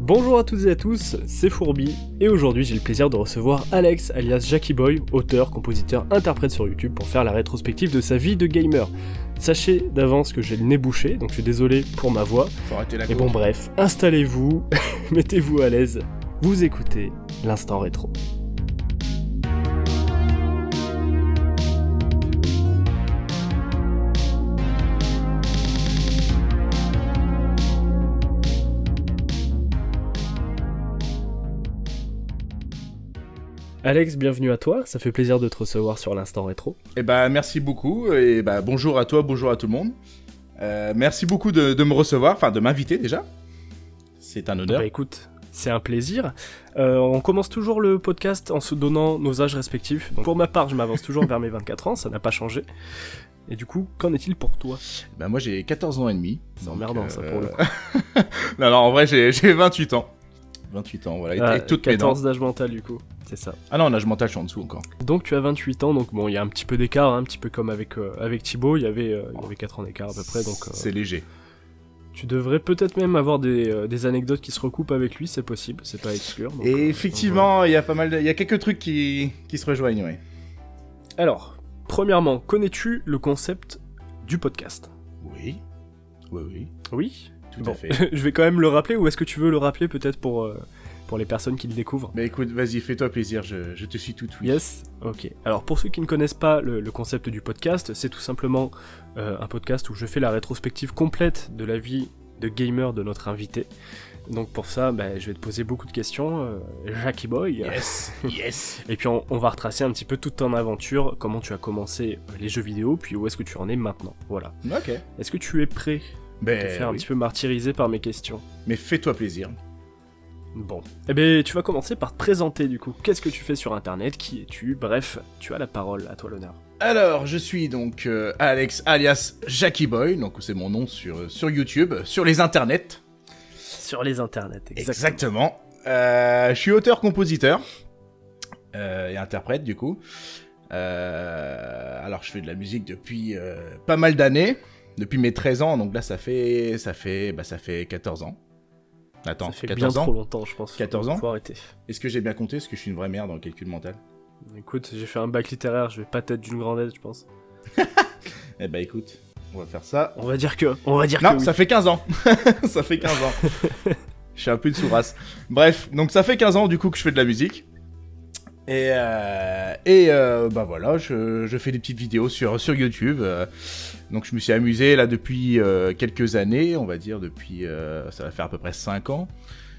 Bonjour à toutes et à tous, c'est Fourbi, et aujourd'hui j'ai le plaisir de recevoir Alex, alias Jackie Boy, auteur, compositeur, interprète sur YouTube pour faire la rétrospective de sa vie de gamer. Sachez d'avance que j'ai le nez bouché, donc je suis désolé pour ma voix. Faut arrêter la Et bon bref, installez-vous, mettez-vous à l'aise, vous écoutez l'instant rétro. Alex, bienvenue à toi, ça fait plaisir de te recevoir sur l'instant rétro. Et bah, merci beaucoup. Et bah, bonjour à toi, bonjour à tout le monde. Euh, merci beaucoup de, de me recevoir, enfin de m'inviter déjà. C'est un honneur. Bah écoute, c'est un plaisir. Euh, on commence toujours le podcast en se donnant nos âges respectifs. Donc, pour ma part, je m'avance toujours vers mes 24 ans, ça n'a pas changé. Et du coup, qu'en est-il pour toi Bah, moi j'ai 14 ans et demi. C'est donc, emmerdant euh, ça pour le coup. non, non, en vrai j'ai j'ai 28 ans. 28 ans, voilà. Et, Ah, et toutes mes dents. 14 d'âge mental du coup, c'est ça. Ah non, là je mental, je suis en dessous encore. Donc tu as 28 ans, donc bon, il y a un petit peu d'écart, hein, un petit peu comme avec, euh, avec Thibaut, il y, avait, euh, il y avait 4 ans d'écart à peu près, donc euh, C'est léger. tu devrais peut-être même avoir des, euh, des anecdotes qui se recoupent avec lui, c'est possible, c'est pas à exclure. donc, euh, donc Et voilà. effectivement, il y a pas mal de... Il y a quelques trucs qui, qui se rejoignent, ouais. Alors, premièrement, connais-tu le concept du podcast Oui. Oui, oui. Oui Tout Bon. à fait. Je vais quand même le rappeler, ou est-ce que tu veux le rappeler peut-être pour, euh, pour les personnes qui le découvrent Bah écoute, vas-y, fais-toi plaisir, je, je te suis tout oui. Yes Ok. Alors pour ceux qui ne connaissent pas le, le concept du podcast, c'est tout simplement euh, un podcast où je fais la rétrospective complète de la vie de gamer de notre invité. Donc pour ça, bah, je vais te poser beaucoup de questions, euh, Jackie Boy. Yes, yes. Et puis on, on va retracer un petit peu toute ton aventure, comment tu as commencé euh, les jeux vidéo, puis où est-ce que tu en es maintenant. Voilà. Ok. Est-ce que tu es prêt à te Ben, faire un oui. petit peu martyriser par mes questions Mais fais-toi plaisir. Bon. Eh bien, tu vas commencer par te présenter du coup. Qu'est-ce que tu fais sur internet Qui es-tu Bref, tu as la parole, à toi l'honneur. Alors, je suis donc euh, Alex alias Jackie Boy, donc c'est mon nom sur, euh, sur YouTube, sur les internets. Sur les internets, exactement. Exactement. Euh, je suis auteur-compositeur euh, et interprète du coup. Euh, alors, je fais de la musique depuis euh, pas mal d'années, depuis mes 13 ans, donc là ça fait ça fait bah, ça fait 14 ans. Attends, Ça fait 14 bien ans. trop longtemps, je pense. 14 ans Faut arrêter. Est-ce que j'ai bien compté Est-ce que je suis une vraie merde en calcul mental Écoute, j'ai fait un bac littéraire, je vais pas être d'une grande aide, je pense. Eh bah écoute, on va faire ça. On va dire que, on va dire Non, que oui. ça fait 15 ans. ça fait 15 ans. je suis un peu une sous-race. Bref, donc ça fait 15 ans du coup que je fais de la musique. Et, euh, et euh, bah voilà, je, je fais des petites vidéos sur, sur YouTube. euh, donc je me suis amusé là depuis euh, quelques années, on va dire depuis, euh, ça va faire à peu près 5 ans.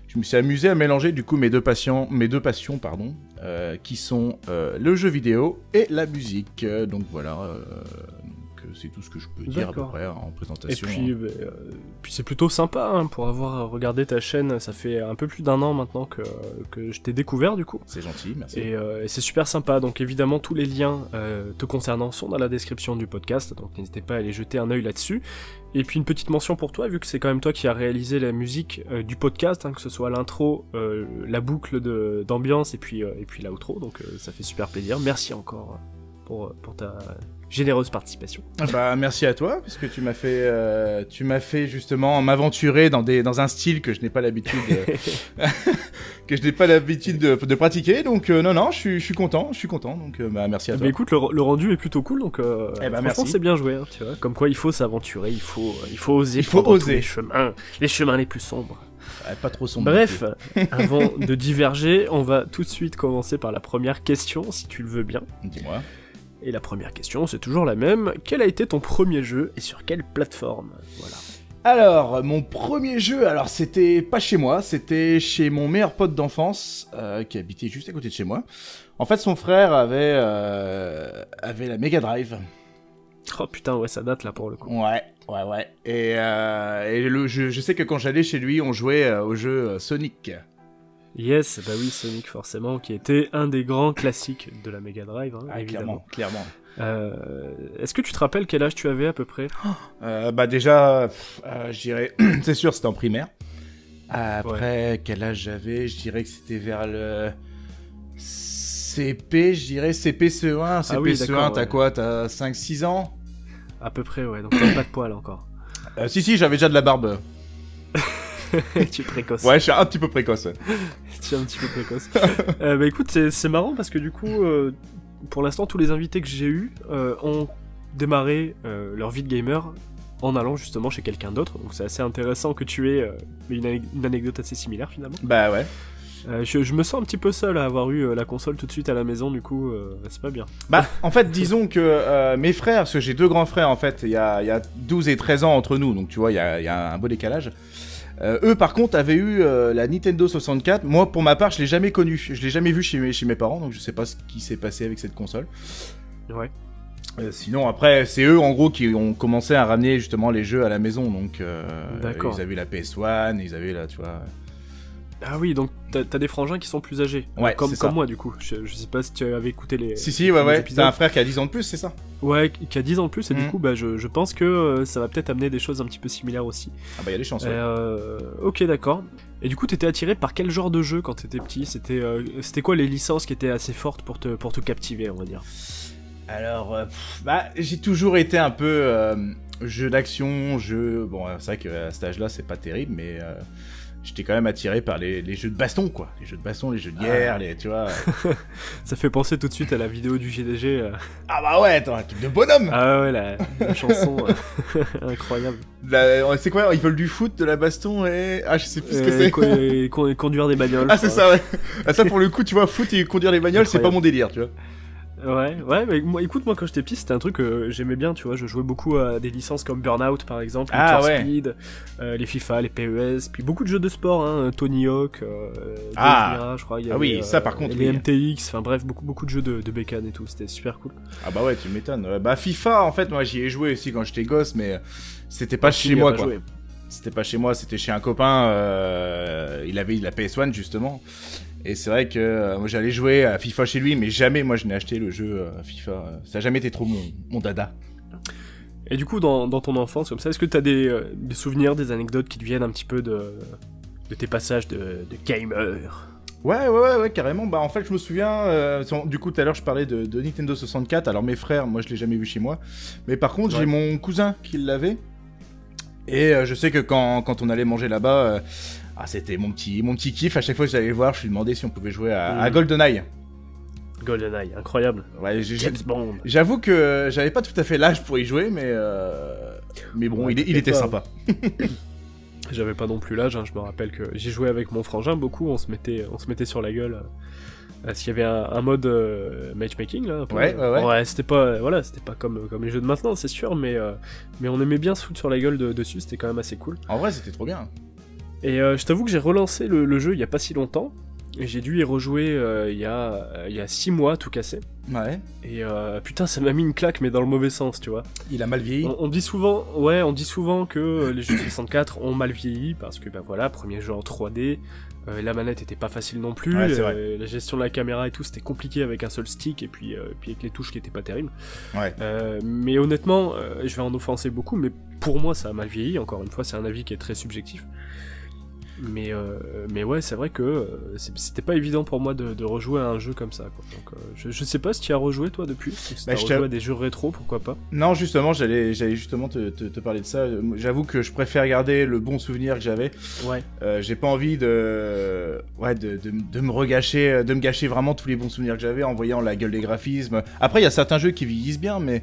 Je me suis amusé à mélanger du coup mes deux passions, mes deux passions pardon, euh, qui sont euh, le jeu vidéo et la musique. Euh, Donc voilà, euh, donc, c'est tout ce que je peux dire à peu D'accord. près en Et présentation. puis, bah, euh, puis c'est plutôt sympa hein, pour avoir regardé ta chaîne. Ça fait un peu plus d'un an maintenant que, que je t'ai découvert du coup. C'est gentil, merci. Et, euh, et c'est super sympa. Donc évidemment, tous les liens euh, te concernant sont dans la description du podcast. Donc n'hésitez pas à aller jeter un œil là-dessus. Et puis une petite mention pour toi, vu que c'est quand même toi qui as réalisé la musique euh, du podcast, hein, que ce soit l'intro, euh, la boucle de- d'ambiance et puis euh, et puis l'outro. Donc euh, ça fait super plaisir. Merci encore euh, pour euh, pour ta généreuse participation. Ah Bah, merci à toi, parce que tu m'as fait, euh, tu m'as fait justement m'aventurer dans, des- dans un style que je n'ai pas l'habitude euh, que je n'ai pas l'habitude de, de pratiquer. Donc euh, non, non, je suis, je suis content, je suis content. Donc euh, bah, merci à Mais toi. écoute, le, le rendu est plutôt cool, donc euh, Eh ben, franchement, merci. c'est bien joué. hein, tu vois. Comme quoi, il faut s'aventurer, il faut euh, il faut oser. Il faut prendre tous oser. les chemins, les chemins les plus sombres. Ah, pas trop sombre. Bref, avant de diverger, on va tout de suite commencer par la première question, si tu le veux bien. Dis-moi. Et la première question, c'est toujours la même. Quel a été ton premier jeu et sur quelle plateforme Voilà. Alors, mon premier jeu, alors c'était pas chez moi, c'était chez mon meilleur pote d'enfance euh, qui habitait juste à côté de chez moi. En fait, son frère avait euh, avait la Mega Drive. Oh putain, ouais, ça date là pour le coup. Ouais, ouais, ouais. Et, euh, et le, je, je sais que quand j'allais chez lui, on jouait euh, au jeu euh, Sonic. Yes, bah oui, Sonic forcément, qui était un des grands classiques de la Mega Drive, hein, évidemment. Ah, clairement. Euh, Est-ce que tu te rappelles quel âge tu avais à peu près Euh, bah déjà, pff, euh, je dirais, c'est sûr, c'était en primaire. Après, quel âge j'avais Je dirais que c'était vers le CP, je dirais CPCE1. CPCE1, Ah oui, d'accord, E t'as ouais. quoi T'as 5-6 ans À peu près, ouais, donc t'as pas de poil encore. Euh, Si, si, j'avais déjà de la barbe. tu es précoce. Ouais, je suis un petit peu précoce. ouais. tu es un petit peu précoce. Euh, bah écoute, c'est c'est marrant parce que du coup, euh, pour l'instant, tous les invités que j'ai eus euh, ont démarré euh, leur vie de gamer en allant justement chez quelqu'un d'autre. Donc c'est assez intéressant que tu aies euh, une, ane- une anecdote assez similaire finalement. Bah ouais. Euh, je, je me sens un petit peu seul à avoir eu euh, la console tout de suite à la maison, du coup, euh, c'est pas bien. Bah, en fait, disons que euh, mes frères, parce que j'ai deux grands frères, en fait, il y a, il y a 12 et 13 ans entre nous, donc tu vois, il y a, il y a un beau décalage. Euh, eux, par contre, avaient eu euh, la Nintendo 64. Moi, pour ma part, je l'ai jamais connue. Je l'ai jamais vue chez mes, chez mes parents, donc je sais pas ce qui s'est passé avec cette console. Ouais. Euh, sinon, après, c'est eux, en gros, qui ont commencé à ramener justement les jeux à la maison, donc euh, D'accord. ils avaient la PS1, ils avaient la, tu vois. Ah oui, donc t'as t'as des frangins qui sont plus âgés. Ouais, comme, c'est ça. comme moi, du coup. Je, je sais pas si tu avais écouté les. Si, si, ouais, ouais. épisodes. T'as un frère qui a 10 ans de plus, c'est ça Ouais, qui a 10 ans de plus, et du Mhm. coup, bah, je, je pense que euh, ça va peut-être amener des choses un petit peu similaires aussi. Ah bah, il y a des chances, ouais. Euh, ok, d'accord. Et du coup, t'étais attiré par quel genre de jeu quand t'étais petit C'était euh, c'était quoi les licences qui étaient assez fortes pour te, pour te captiver, on va dire Alors, euh, pff, bah, j'ai toujours été un peu euh, jeu d'action, jeu. Bon, euh, c'est vrai qu'à cet âge-là, c'est pas terrible, mais euh, j'étais quand même attiré par les, les jeux de baston, quoi. Les jeux de baston, les jeux de guerre, les, tu vois. Ça fait penser tout de suite à la vidéo du GDG. euh. ah bah ouais, attends, un truc de bonhomme Ah ouais, la, la chanson euh, incroyable. La- euh, C'est quoi Ils veulent du foot, de la baston et. Ah, je sais plus ce que Euh, c'est. co- euh, con- conduire des bagnoles. Ah, c'est quoi. ça, ouais. Ah, ça, pour le coup, tu vois, foot et conduire les bagnoles, c'est pas Incroyable. mon délire, tu vois. Ouais, ouais, mais moi, écoute, moi quand j'étais petit, c'était un truc que j'aimais bien, tu vois. Je jouais beaucoup à des licences comme Burnout par exemple, Ah, Need for ouais. Speed, euh, les FIFA, les PES, puis beaucoup de jeux de sport, hein, Tony Hawk, euh, Dave Ah. Mira, je crois. il y Ah avait, euh, oui, ça, par contre, Les oui. MTX, enfin bref, beaucoup, beaucoup de jeux de, de bécane et tout, c'était super cool. Ah bah ouais, tu m'étonnes. Ouais, Bah, FIFA, en fait, moi, j'y ai joué aussi quand j'étais gosse, mais euh, c'était pas Il chez y a moi, pas quoi. joué. C'était pas chez moi, c'était chez un copain. euh, il avait la PS1 justement. Et c'est vrai que euh, moi j'allais jouer à FIFA chez lui, mais jamais moi je n'ai acheté le jeu euh, FIFA. euh, Ça a jamais été trop mon, mon dada. Et du coup, dans, dans ton enfance, comme ça, est-ce que t'as des, euh, des souvenirs, des anecdotes qui te viennent un petit peu de, de tes passages de, de gamer Ouais, ouais, ouais, ouais, carrément. Bah, en fait, je me souviens. euh, son- du coup, tout à l'heure, je parlais de, de Nintendo 64. Alors, mes frères, moi, je l'ai jamais vu chez moi. Mais par contre, Ouais. j'ai mon cousin qui l'avait. Et euh, je sais que quand, quand on allait manger là-bas, euh, ah, c'était mon petit, mon petit kiff. À chaque fois que j'allais le voir, je lui demandais si on pouvait jouer à, à Mm. GoldenEye. GoldenEye, incroyable. Ouais, j'ai- j'ai- James Bond. J'avoue que j'avais pas tout à fait l'âge pour y jouer, mais euh, mais bon, Ouais, il, est- il t'inquiète était pas. sympa. J'avais pas non plus l'âge, hein, je me rappelle que j'ai joué avec mon frangin beaucoup, on se mettait, on se mettait sur la gueule. euh, Parce qu'il y avait un, un mode euh, matchmaking là. un peu. Ouais, ouais, ouais. c'était pas, euh, voilà, c'était pas comme, comme les jeux de maintenant, c'est sûr, mais, euh, mais on aimait bien se foutre sur la gueule de- dessus, c'était quand même assez cool. En vrai, c'était trop bien. Et euh, je t'avoue que j'ai relancé le, le jeu il y a pas si longtemps, et j'ai dû y rejouer euh, il y, a, euh, il y a 6 mois tout cassé. Ouais. Et euh, putain, ça m'a mis une claque, mais dans le mauvais sens, tu vois. Il a mal vieilli. On, on dit souvent, ouais, on dit souvent que euh, les jeux 64 ont mal vieilli parce que bah voilà, premier jeu en 3D, euh, la manette était pas facile non plus, Ouais, c'est vrai. euh, la gestion de la caméra et tout, c'était compliqué avec un seul stick et puis euh, puis avec les touches qui étaient pas terribles. Ouais. Euh, mais honnêtement, euh, je vais en offenser beaucoup, mais pour moi ça a mal vieilli. Encore une fois, c'est un avis qui est très subjectif. Mais euh, mais ouais, c'est vrai que euh, c'est- c'était pas évident pour moi de, de rejouer à un jeu comme ça. Quoi. Donc, euh, je, je sais pas si tu y as rejoué toi depuis. ou Si Bah, t'as je t'ai- rejoué à des jeux rétro, pourquoi pas. Non, justement, j'allais j'allais justement te, te- te parler de ça. J'avoue que je préfère garder le bon souvenir que j'avais. Ouais. Euh, j'ai pas envie de ouais de, de- de me regâcher, de me gâcher vraiment tous les bons souvenirs que j'avais en voyant la gueule des graphismes. Après, il y a certains jeux qui vieillissent bien, mais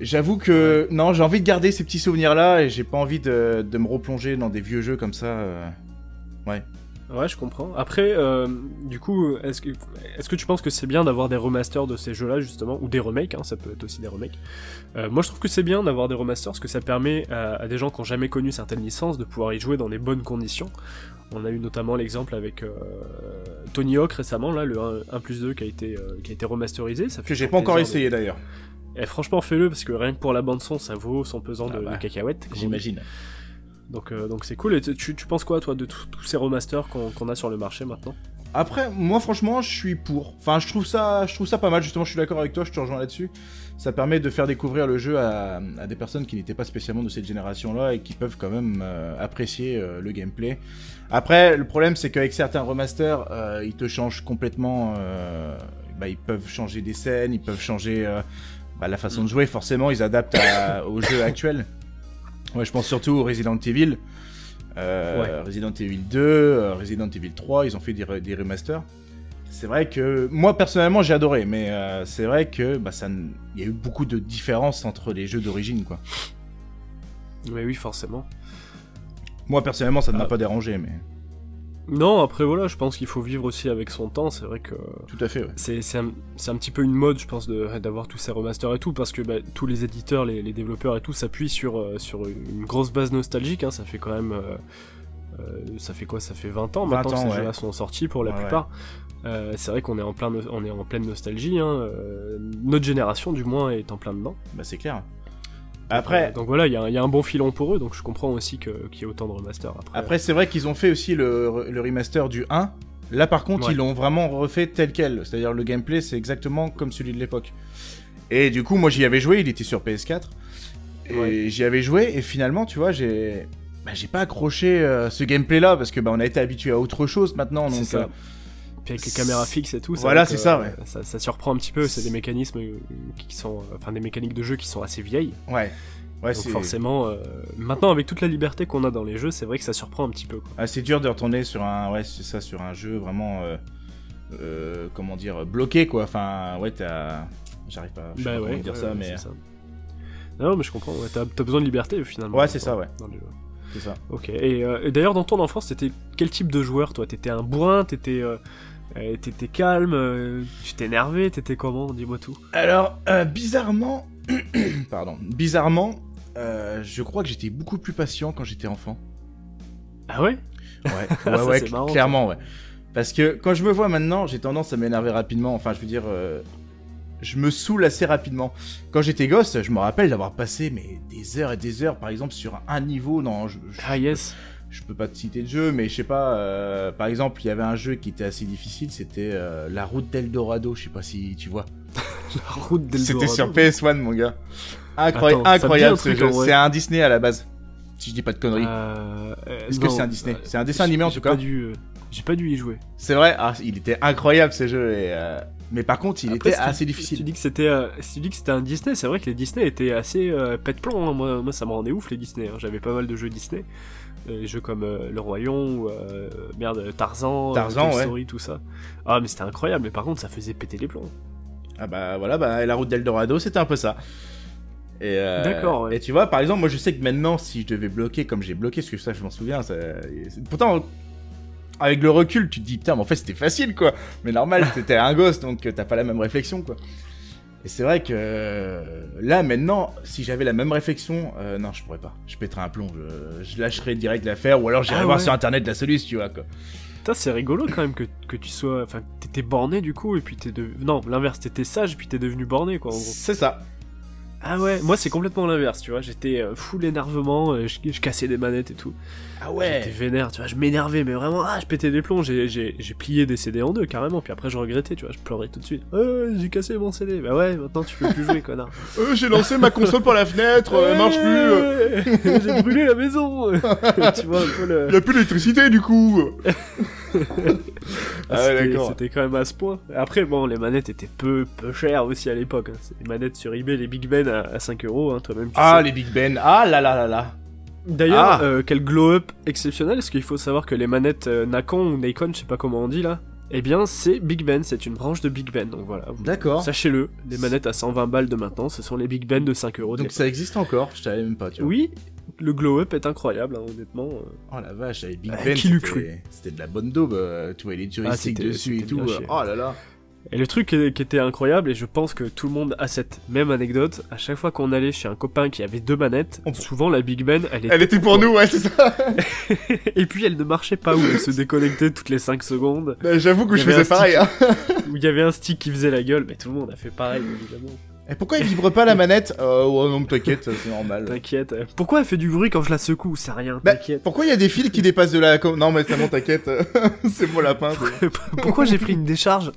j'avoue que non, j'ai envie de garder ces petits souvenirs là et j'ai pas envie de, de me replonger dans des vieux jeux comme ça. euh. Ouais, je comprends. Après, euh, du coup, est-ce que, est-ce que tu penses que c'est bien d'avoir des remasters de ces jeux-là, justement, ou des remakes, hein, ça peut être aussi des remakes Euh, Moi, je trouve que c'est bien d'avoir des remasters, parce que ça permet à, à des gens qui n'ont jamais connu certaines licences de pouvoir y jouer dans des bonnes conditions. On a eu notamment l'exemple avec euh, Tony Hawk récemment, là, le 1, 1 plus 2 qui a été, euh, qui a été remasterisé. Ça fait Que j'ai pas toujours encore plaisir de- essayé d'ailleurs. Eh, franchement, fais-le, parce que rien que pour la bande-son, ça vaut son pesant de, Ah bah, de cacahuètes. comme on dit. J'imagine. Donc, euh, donc c'est cool. Et tu, tu- tu penses quoi, toi, de tous tous ces remasters qu'on qu'on a sur le marché maintenant Après, moi franchement, je suis pour. Enfin, je trouve ça, je trouve ça pas mal. Justement, je suis d'accord avec toi. Je te rejoins là-dessus. Ça permet de faire découvrir le jeu à, à des personnes qui n'étaient pas spécialement de cette génération-là et qui peuvent quand même euh, apprécier euh, le gameplay. Après, le problème, c'est qu'avec certains remasters, euh, ils te changent complètement. euh, bah, ils peuvent changer des scènes, ils peuvent changer euh, bah, la façon de jouer. Forcément, ils adaptent à- au jeu actuel. Ouais, je pense surtout au Resident Evil. Euh, Resident Evil 2, euh, Resident Evil 3, ils ont fait des, re- des remasters. C'est vrai que moi personnellement j'ai adoré, mais euh, c'est vrai que bah, ça, n- il y a eu beaucoup de différences entre les jeux d'origine quoi. Mais oui, forcément. Moi personnellement ça ne m'a Ah. pas dérangé, mais Non, après voilà, je pense qu'il faut vivre aussi avec son temps. C'est vrai que tout à fait. ouais. c'est c'est un, c'est un petit peu une mode, je pense, de- d'avoir tous ces remasters et tout, parce que bah, tous les éditeurs, les, les développeurs et tout s'appuient sur, euh, sur une grosse base nostalgique. hein, ça fait quand même. euh, euh, ça fait quoi Ça fait 20 ans 20 maintenant ans, que ces ouais. jeux-là sont sortis pour la Ouais, ouais. plupart. Euh, c'est vrai qu'on est, en plein no- on est en pleine nostalgie. hein, euh, notre génération, du moins, est en plein dedans. Bah c'est clair. Après, Euh, donc voilà, il y, a un- il y a un bon filon pour eux, donc je comprends aussi que- qu'il y ait autant de remasters. Après, Après, c'est vrai qu'ils ont fait aussi le, le remaster du 1. Là, par contre, Ouais. ils l'ont vraiment refait tel quel. C'est-à-dire, le gameplay, c'est exactement comme celui de l'époque. Et du coup, moi, j'y avais joué. Il était sur PS4. Et Ouais. j'y avais joué. Et finalement, tu vois, j'ai. Bah, j'ai pas accroché euh, ce gameplay-là parce que bah, on a été habitué à autre chose maintenant. c'est Donc, ça. euh, Puis avec les caméras fixes et tout, Voilà, vrai que, c'est ça, ouais. euh, ça. ça surprend un petit peu, c'est des mécanismes euh, qui sont. euh, Enfin, des mécaniques de jeu qui sont assez vieilles. ouais, donc ouais, c'est forcément, euh, maintenant, avec toute la liberté qu'on a dans les jeux, c'est vrai que ça surprend un petit peu. quoi. ah, c'est dur de retourner sur un, ouais, c'est ça, sur un jeu vraiment, euh, euh, comment dire, bloqué quoi. Enfin, ouais, t'as, j'arrive pas, je sais pas comment dire Bah ouais, ça, ouais, mais euh, c'est Non, mais je comprends, ouais, t'as t'as besoin de liberté finalement. Ouais, c'est dans- ça, ouais. dans les jeux. c'est ça. Ok, et, euh, et d'ailleurs, dans ton enfance, t'étais quel type de joueur toi T'étais un bourrin T'étais. euh, euh, t'étais calme euh, Tu t'énervais T'étais comment Dis-moi tout. Alors, euh, bizarrement, pardon, bizarrement, euh, je crois que j'étais beaucoup plus patient quand j'étais enfant. Ah ouais Ouais, ouais, Ça, ouais, c'est cl- marrant, clairement, ouais. Parce que quand je me vois maintenant, j'ai tendance à m'énerver rapidement. Enfin, je veux dire, euh, je me saoule assez rapidement. Quand j'étais gosse, je me rappelle d'avoir passé mais des heures et des heures, par exemple, sur un niveau. Non, je, je- Ah yes je peux pas te citer de jeu, mais je sais pas. euh, par exemple, il y avait un jeu qui était assez difficile. C'était euh, La Route d'Eldorado. Je sais pas si tu vois. La route C'était d'Eldorado. sur PS1, mon gars. Incroyable, Attends, ça me dit incroyable un ce truc, jeu. en vrai. C'est un Disney à la base. Si je dis pas de conneries. Euh, euh, Est-ce que non, c'est un Disney euh, C'est un dessin j'ai- animé en j'ai tout pas cas. dû, euh, J'ai pas dû y jouer. C'est vrai, ah, il était incroyable ce jeu. et, euh, Mais par contre, il Après, si était tu- Si assez tu difficile. dis que c'était, euh, si tu dis que c'était un Disney, c'est vrai que les Disney étaient assez euh, pète plomb. hein. Moi, moi, ça me rendait ouf les Disney. hein. J'avais pas mal de jeux Disney, Euh, des jeux comme euh, Le Royaume, ou, euh, merde Tarzan, euh, Tarzan, Toy ouais. Story, tout ça. Ah mais c'était incroyable. Mais par contre, ça faisait péter les plombs. Ah bah voilà, bah, et La Route d'Eldorado, c'était un peu ça. Et, euh, D'accord, ouais. et tu vois, par exemple, moi je sais que maintenant, si je devais bloquer comme j'ai bloqué, parce que ça, je m'en souviens. ça- Pourtant, avec le recul, tu te dis, putain, mais en fait, c'était facile quoi. Mais normal, t'étais un gosse, donc euh, t'as pas la même réflexion quoi. Et c'est vrai que euh, là, maintenant, si j'avais la même réflexion, euh, non, je pourrais pas. Je pèterais un plomb, je, je lâcherais direct l'affaire, ou alors j'irais Ah voir ouais. sur internet la solution, tu vois quoi. Putain, c'est rigolo quand même que, que tu sois, enfin, que t'étais borné du coup, et puis t'es de, non, l'inverse, t'étais sage, puis t'es devenu borné quoi. En gros. C'est ça. Ah ouais, moi c'est complètement l'inverse, tu vois. J'étais euh, full énervement, euh, je, je cassais des manettes et tout. Ah J'étais vénère, tu vois, je m'énervais, mais vraiment, ah, je pétais des plombs, j'ai- j'ai j'ai plié des CD en deux carrément, puis après je regrettais, tu vois, je pleurais tout de suite. Euh, j'ai cassé mon CD, bah ouais, maintenant tu peux plus jouer, connard. Euh, j'ai lancé ma console par la fenêtre, elle marche plus. euh. plus Eh, J'ai brûlé la maison Tu vois, un peu le. a plus d'électricité du coup Ah ouais, C'était- d'accord. C'était quand même à ce point. Après, bon, les manettes étaient peu, peu chères aussi à l'époque. hein. C'est Les manettes sur eBay, les Big Ben à, à 5 euros, hein, toi-même. tu Ah sais. les Big Ben, ah là là là là D'ailleurs, Ah. euh, quel glow-up exceptionnel, parce qu'il faut savoir que les manettes euh, Nakon ou Nikon, je sais pas comment on dit là, eh bien c'est Big Ben, c'est une branche de Big Ben, donc voilà. vous- D'accord. Sachez-le, les manettes à 120 balles de maintenant, ce sont les Big Ben de 5 euros. Donc ça existe encore, je savais même pas tu vois. Oui, le glow-up est incroyable, hein, honnêtement. euh. Oh la vache, les Big Euh, Ben qui l'eût c'était- cru Ah, C'était de la bonne daube, euh, tu vois les joysticks c'était- dessus et c'était tout. bien euh, chier. Oh là là. Et le truc qui qui était incroyable, et je pense que tout le monde a cette même anecdote, à chaque fois qu'on allait chez un copain qui avait deux manettes, On- souvent la Big Ben, elle était... Elle était pour nous, ouais, c'est ça. et puis elle ne marchait pas, ou elle se déconnectait toutes les 5 secondes. Bah, J'avoue que Il y je avait faisais un pareil. hein. où il y avait un stick qui faisait la gueule, mais tout le monde a fait pareil, évidemment. Et Eh, pourquoi il vibre pas la manette Euh, Ouais, non, mais t'inquiète, c'est normal. T'inquiète. euh, Pourquoi elle fait du bruit quand je la secoue C'est rien, Bah, t'inquiète. pourquoi il y a des fils qui dépassent de la. com- Non, mais c'est bon, t'inquiète, c'est mon lapin. c'est- Pourquoi j'ai pris une décharge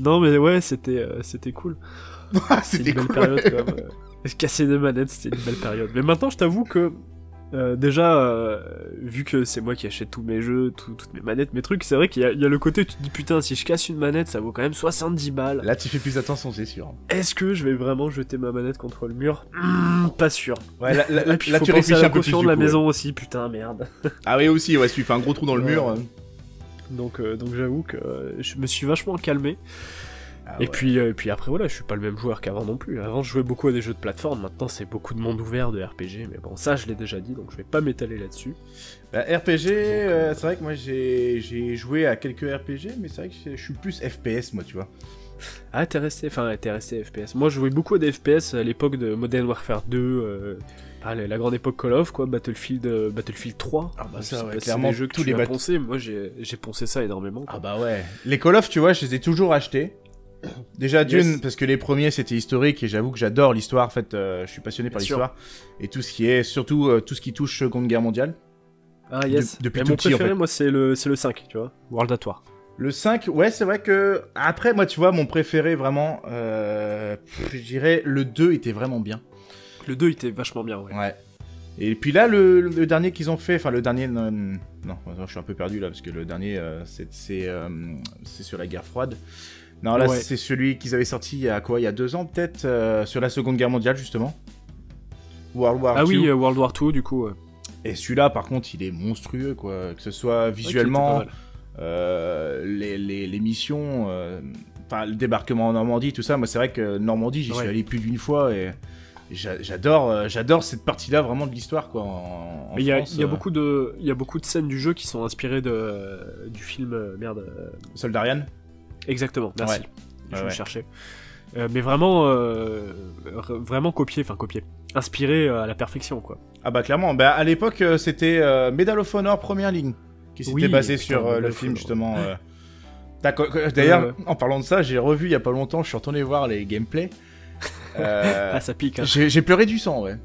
Non, mais ouais, c'était euh, c'était cool. Ah, C'était C'était une belle cool. période, quand même. euh. Casser des manettes, c'était une belle période. Mais maintenant, je t'avoue que Euh, déjà, euh, vu que c'est moi qui achète tous mes jeux, tout- toutes mes manettes, mes trucs, c'est vrai qu'il y, a- il y a le côté où tu te dis putain, si je casse une manette, ça vaut quand même 70 balles. Là, tu fais plus attention, c'est sûr. Est-ce que je vais vraiment jeter ma manette contre le mur Hmm, Pas sûr. Ouais, là, là- Et puis, là, faut tu penser à réfléchis la un peu plus. caution du de la coup, maison aussi, putain, merde. ouais. Ah oui, aussi, ouais, si tu fais un gros trou dans le Ouais. mur. euh, Donc, euh, donc j'avoue que euh, je me suis vachement calmé. ah et ouais. puis, euh, et puis après, voilà, je suis pas le même joueur qu'avant non plus. Avant, je jouais beaucoup à des jeux de plateforme. Maintenant, c'est beaucoup de monde ouvert, de RPG. Mais bon, ça, je l'ai déjà dit, donc je vais pas m'étaler là-dessus. Bah, RPG, euh, euh, c'est vrai que moi j'ai j'ai joué à quelques RPG, mais c'est vrai que je je suis plus FPS, moi, tu vois. Ah, t'es resté, enfin, t'es resté FPS. Moi, je jouais beaucoup à des FPS à l'époque de Modern Warfare 2. euh, ah, la, la grande époque Call of, quoi, Battlefield, euh, Battlefield 3. Ah, bah, Je ça, sais ouais, pas si clairement, c'est des jeux que tous tu les as bat- poncé. Moi, j'ai j'ai poncé ça énormément. quoi. Ah bah ouais. Les Call of, tu vois, je les ai toujours achetés. Déjà d'une, Yes. parce que les premiers c'était historique et j'avoue que j'adore l'histoire. En fait, euh, je suis passionné par Bien sûr. l'histoire et tout ce qui est, surtout euh, tout ce qui touche Seconde Guerre mondiale. Ah, yes. de- depuis Mais tout mon petit, en préféré, fait. moi, c'est le, c'est le 5, tu vois. World at War. Le 5, ouais, c'est vrai que. Après, moi, tu vois, mon préféré vraiment, euh, pff, je dirais, le 2 était vraiment bien. Le 2, il était vachement bien, ouais. Ouais. Et puis là, le, le dernier qu'ils ont fait, enfin le dernier, non, non, je suis un peu perdu là parce que le dernier, euh, c'est c'est, euh, c'est sur la guerre froide. Non, là, Ouais. c'est celui qu'ils avaient sorti il y a quoi Il y a deux ans peut-être euh, sur la Seconde Guerre mondiale justement. World War Ah II. oui, euh, World War 2, du coup. ouais. Et celui-là, par contre, il est monstrueux quoi, que ce soit Ok, visuellement, t'es pas mal. euh, les, les- les missions, euh, enfin le débarquement en Normandie, tout ça. Moi, c'est vrai que Normandie, j'y Ouais. suis allé plus d'une fois et j'a- j'adore, euh, j'adore cette partie-là vraiment de l'histoire quoi. En, en Mais Il y, a- France, il y a euh, beaucoup de, il y a beaucoup de scènes du jeu qui sont inspirées de, euh, du film, euh, merde, euh, Soldarian. exactement, merci, Ouais. je Ouais, me ouais. cherchais. Euh, mais vraiment, euh, re- vraiment copié, enfin copié, inspiré euh, à la perfection, quoi. Ah bah clairement. Bah à l'époque euh, c'était euh, Medal of Honor première ligne qui s'était Oui, basé putain, sur euh, Medal le of film Honor. justement. euh. T'as co- co- D'ailleurs, Ouais, ouais. en parlant de ça, j'ai revu il y a pas longtemps. Je suis retourné voir les gameplays. Euh, Ah, ça pique, hein. j'ai j'ai pleuré du sang, ouais.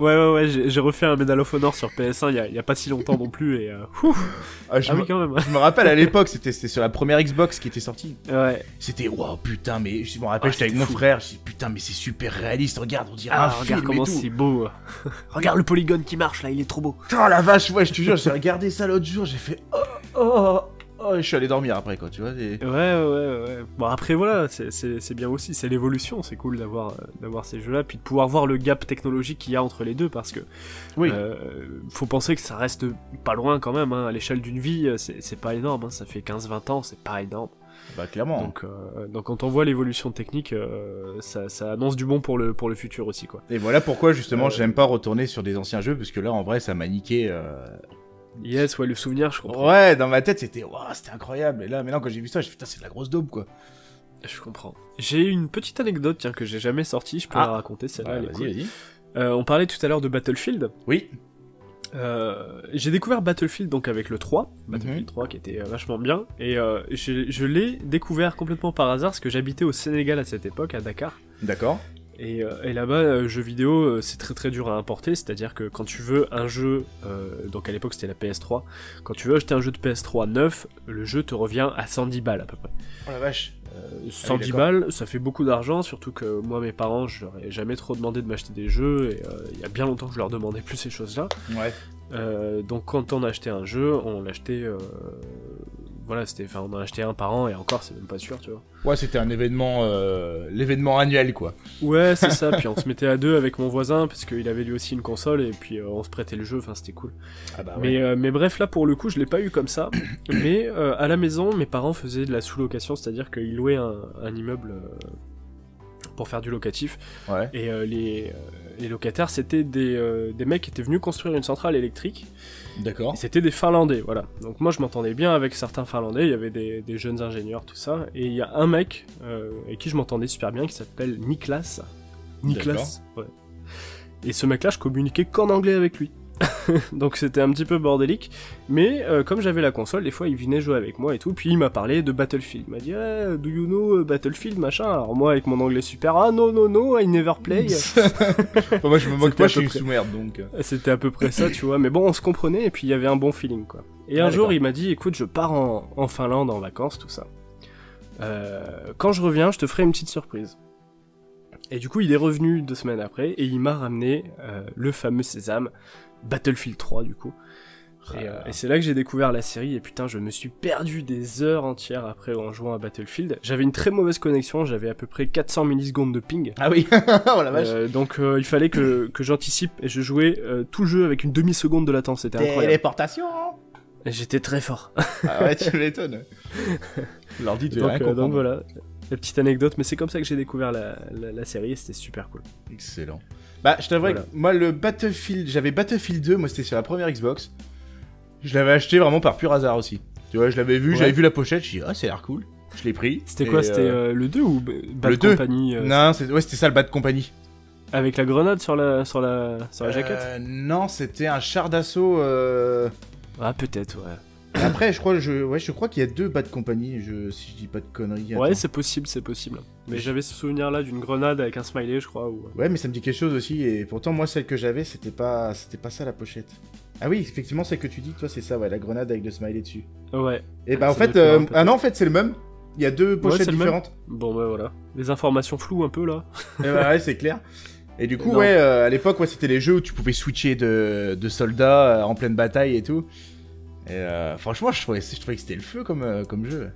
Ouais, ouais, ouais, j'ai j'ai refait un Medal of Honor sur PS1 il y a, il y a pas si longtemps non plus, et euh, ouf, Ah, je, ah me, oui, quand même. je me rappelle à l'époque, c'était c'était sur la première Xbox qui était sortie. Ouais. C'était waouh putain, mais je me rappelle, Ah, j'étais avec c'était mon fou. frère. Je dis putain, mais c'est super réaliste. Regarde, on dirait un Ah, film regarde et comment tout. c'est beau. hein. regarde le polygone qui marche, là, il est trop beau. Oh la vache, ouais, je te jure, j'ai regardé ça l'autre jour, j'ai fait oh, oh, oh, et je suis allé dormir après, quoi, tu vois. et- Ouais, ouais, ouais. ouais. Bon, après, voilà, c'est- c'est c'est bien aussi, c'est l'évolution, c'est cool d'avoir euh, d'avoir ces jeux-là, puis de pouvoir voir le gap technologique qu'il y a entre les deux, parce que Oui. euh, faut penser que ça reste pas loin quand même, hein, à l'échelle d'une vie, euh, c'est c'est pas énorme, hein, ça fait 15-20 ans, c'est pas énorme. Bah, clairement. Donc, euh, donc quand on voit l'évolution technique, euh, ça, ça annonce du bon pour le, pour le futur aussi, quoi. Et voilà pourquoi, justement, Euh, j'aime pas retourner sur des anciens jeux, parce que là, en vrai, ça m'a niqué. euh, Yes, ouais, le souvenir, je comprends. Ouais, dans ma tête, c'était Waouh, c'était incroyable. Et là, maintenant, quand j'ai vu ça, j'ai fait putain, c'est de la grosse daube, quoi. Je comprends. J'ai une petite anecdote, tiens, que j'ai jamais sortie, je peux Ah. la raconter, celle-là, Ouais, elle est cool. vas-y. Euh, on parlait tout à l'heure de Battlefield. Oui, Euh, j'ai découvert Battlefield donc avec le 3, Battlefield Mhm. 3 qui était euh, vachement bien, et euh, je, je l'ai découvert complètement par hasard parce que j'habitais au Sénégal à cette époque, à Dakar, d'accord. et, euh, et là-bas, euh, jeux vidéo, euh, c'est très très dur à importer, c'est-à-dire que quand tu veux un jeu, euh, donc à l'époque c'était la PS3, quand tu veux acheter un jeu de PS3 neuf, le jeu te revient à 110 balles à peu près. Oh la vache. Euh, 110 d'accord. balles, ça fait beaucoup d'argent, surtout que moi, mes parents, je leur ai jamais trop demandé de m'acheter des jeux, et euh, il y a bien longtemps que je leur demandais plus ces choses-là. Ouais. Euh, donc quand on achetait un jeu, on l'achetait, euh, voilà, c'était, enfin, on en achetait un par an et encore, c'est même pas sûr, tu vois. Ouais, c'était un événement, euh, l'événement annuel, quoi. Ouais, c'est ça. puis on se mettait à deux avec mon voisin parce qu'il avait lui aussi une console et puis euh, on se prêtait le jeu. Enfin, c'était cool. Ah bah Mais, euh, mais bref, là pour le coup, je l'ai pas eu comme ça. mais euh, à la maison, mes parents faisaient de la sous-location, c'est-à-dire qu'ils louaient un, un immeuble euh, pour faire du locatif. Ouais. Et euh, les, euh, les locataires, c'était des, euh, des mecs qui étaient venus construire une centrale électrique. D'accord. Et C'était des Finlandais, voilà. Donc moi, je m'entendais bien avec certains Finlandais, il y avait des, des jeunes ingénieurs, tout ça. Et il y a un mec euh, avec qui je m'entendais super bien, qui s'appelle Niklas. Niklas, ouais. Et ce mec-là, je communiquais qu'en anglais avec lui. Donc c'était un petit peu bordélique. Mais euh, comme j'avais la console, des fois, il venait jouer avec moi et tout. Puis il m'a parlé de Battlefield. Il m'a dit, eh, do you know euh, Battlefield, machin. Alors moi, avec mon anglais super, ah non, non, non, I never play. Enfin, moi, je me moque C'était pas, à je suis peu une près. sous-merde, donc. euh, C'était à peu près ça, tu vois. Mais bon, on se comprenait et puis il y avait un bon feeling, quoi. Et Ah, un jour, d'accord. il m'a dit, écoute, je pars en, en Finlande en vacances, tout ça. Euh, quand je reviens, je te ferai une petite surprise. Et du coup, il est revenu deux semaines après et il m'a ramené euh, le fameux Sésame, Battlefield 3 du coup. Et, Ah. euh, et c'est là que j'ai découvert la série et putain je me suis perdu des heures entières après en jouant à Battlefield. J'avais une très mauvaise connexion, j'avais à peu près 400 millisecondes de ping. Ah oui, oh la vache. Euh, donc euh, il fallait que, que j'anticipe et je jouais euh, tout le jeu avec une demi-seconde de latence, c'était incroyable. Téléportation Et J'étais très fort. hein Ah ouais, tu m'étonnes. L'ordi, tu donc, rien euh, comprendre. donc voilà, la petite anecdote, mais c'est comme ça que j'ai découvert la, la, la série et c'était super cool. Excellent. Bah, je t'avoue Voilà. que moi, le Battlefield, j'avais Battlefield 2, moi, c'était sur la première Xbox. Je l'avais acheté vraiment par pur hasard aussi. Tu vois, je l'avais vu, Ouais. j'avais vu la pochette, j'ai dit, ah, c'est l'air cool. Je l'ai pris. C'était et, quoi C'était euh, euh, le 2 ou B- Bad le 2. Company euh, Non, c'est- ouais, c'était ça le bas de compagnie. Avec la grenade sur la, sur la, sur la jaquette Euh, Non, c'était un char d'assaut. euh, Ah peut-être, ouais. Après, je crois, je, ouais, je crois qu'il y a deux bas de compagnie, je... si je dis pas de conneries. Ouais, attends. c'est possible, c'est possible. Mais j'avais ce souvenir là d'une grenade avec un smiley, je crois. Ou... Ouais, mais ça me dit quelque chose aussi, et pourtant, moi, celle que j'avais, c'était pas... c'était pas ça la pochette. Ah oui, effectivement, celle que tu dis, toi, c'est ça, ouais, la grenade avec le smiley dessus. Ouais. Et bah, en Ça fait, doit être euh, le même, ah non, en fait, c'est le même. Il y a deux pochettes c'est le même. différentes. Bon bah voilà. Les informations floues un peu là. Eh bah, ouais, c'est clair. Et du coup, Non. ouais, euh, à l'époque, ouais, c'était les jeux où tu pouvais switcher de, de soldats euh, en pleine bataille et tout. Et euh, franchement, je trouvais, je trouvais que c'était le feu comme, euh, comme jeu.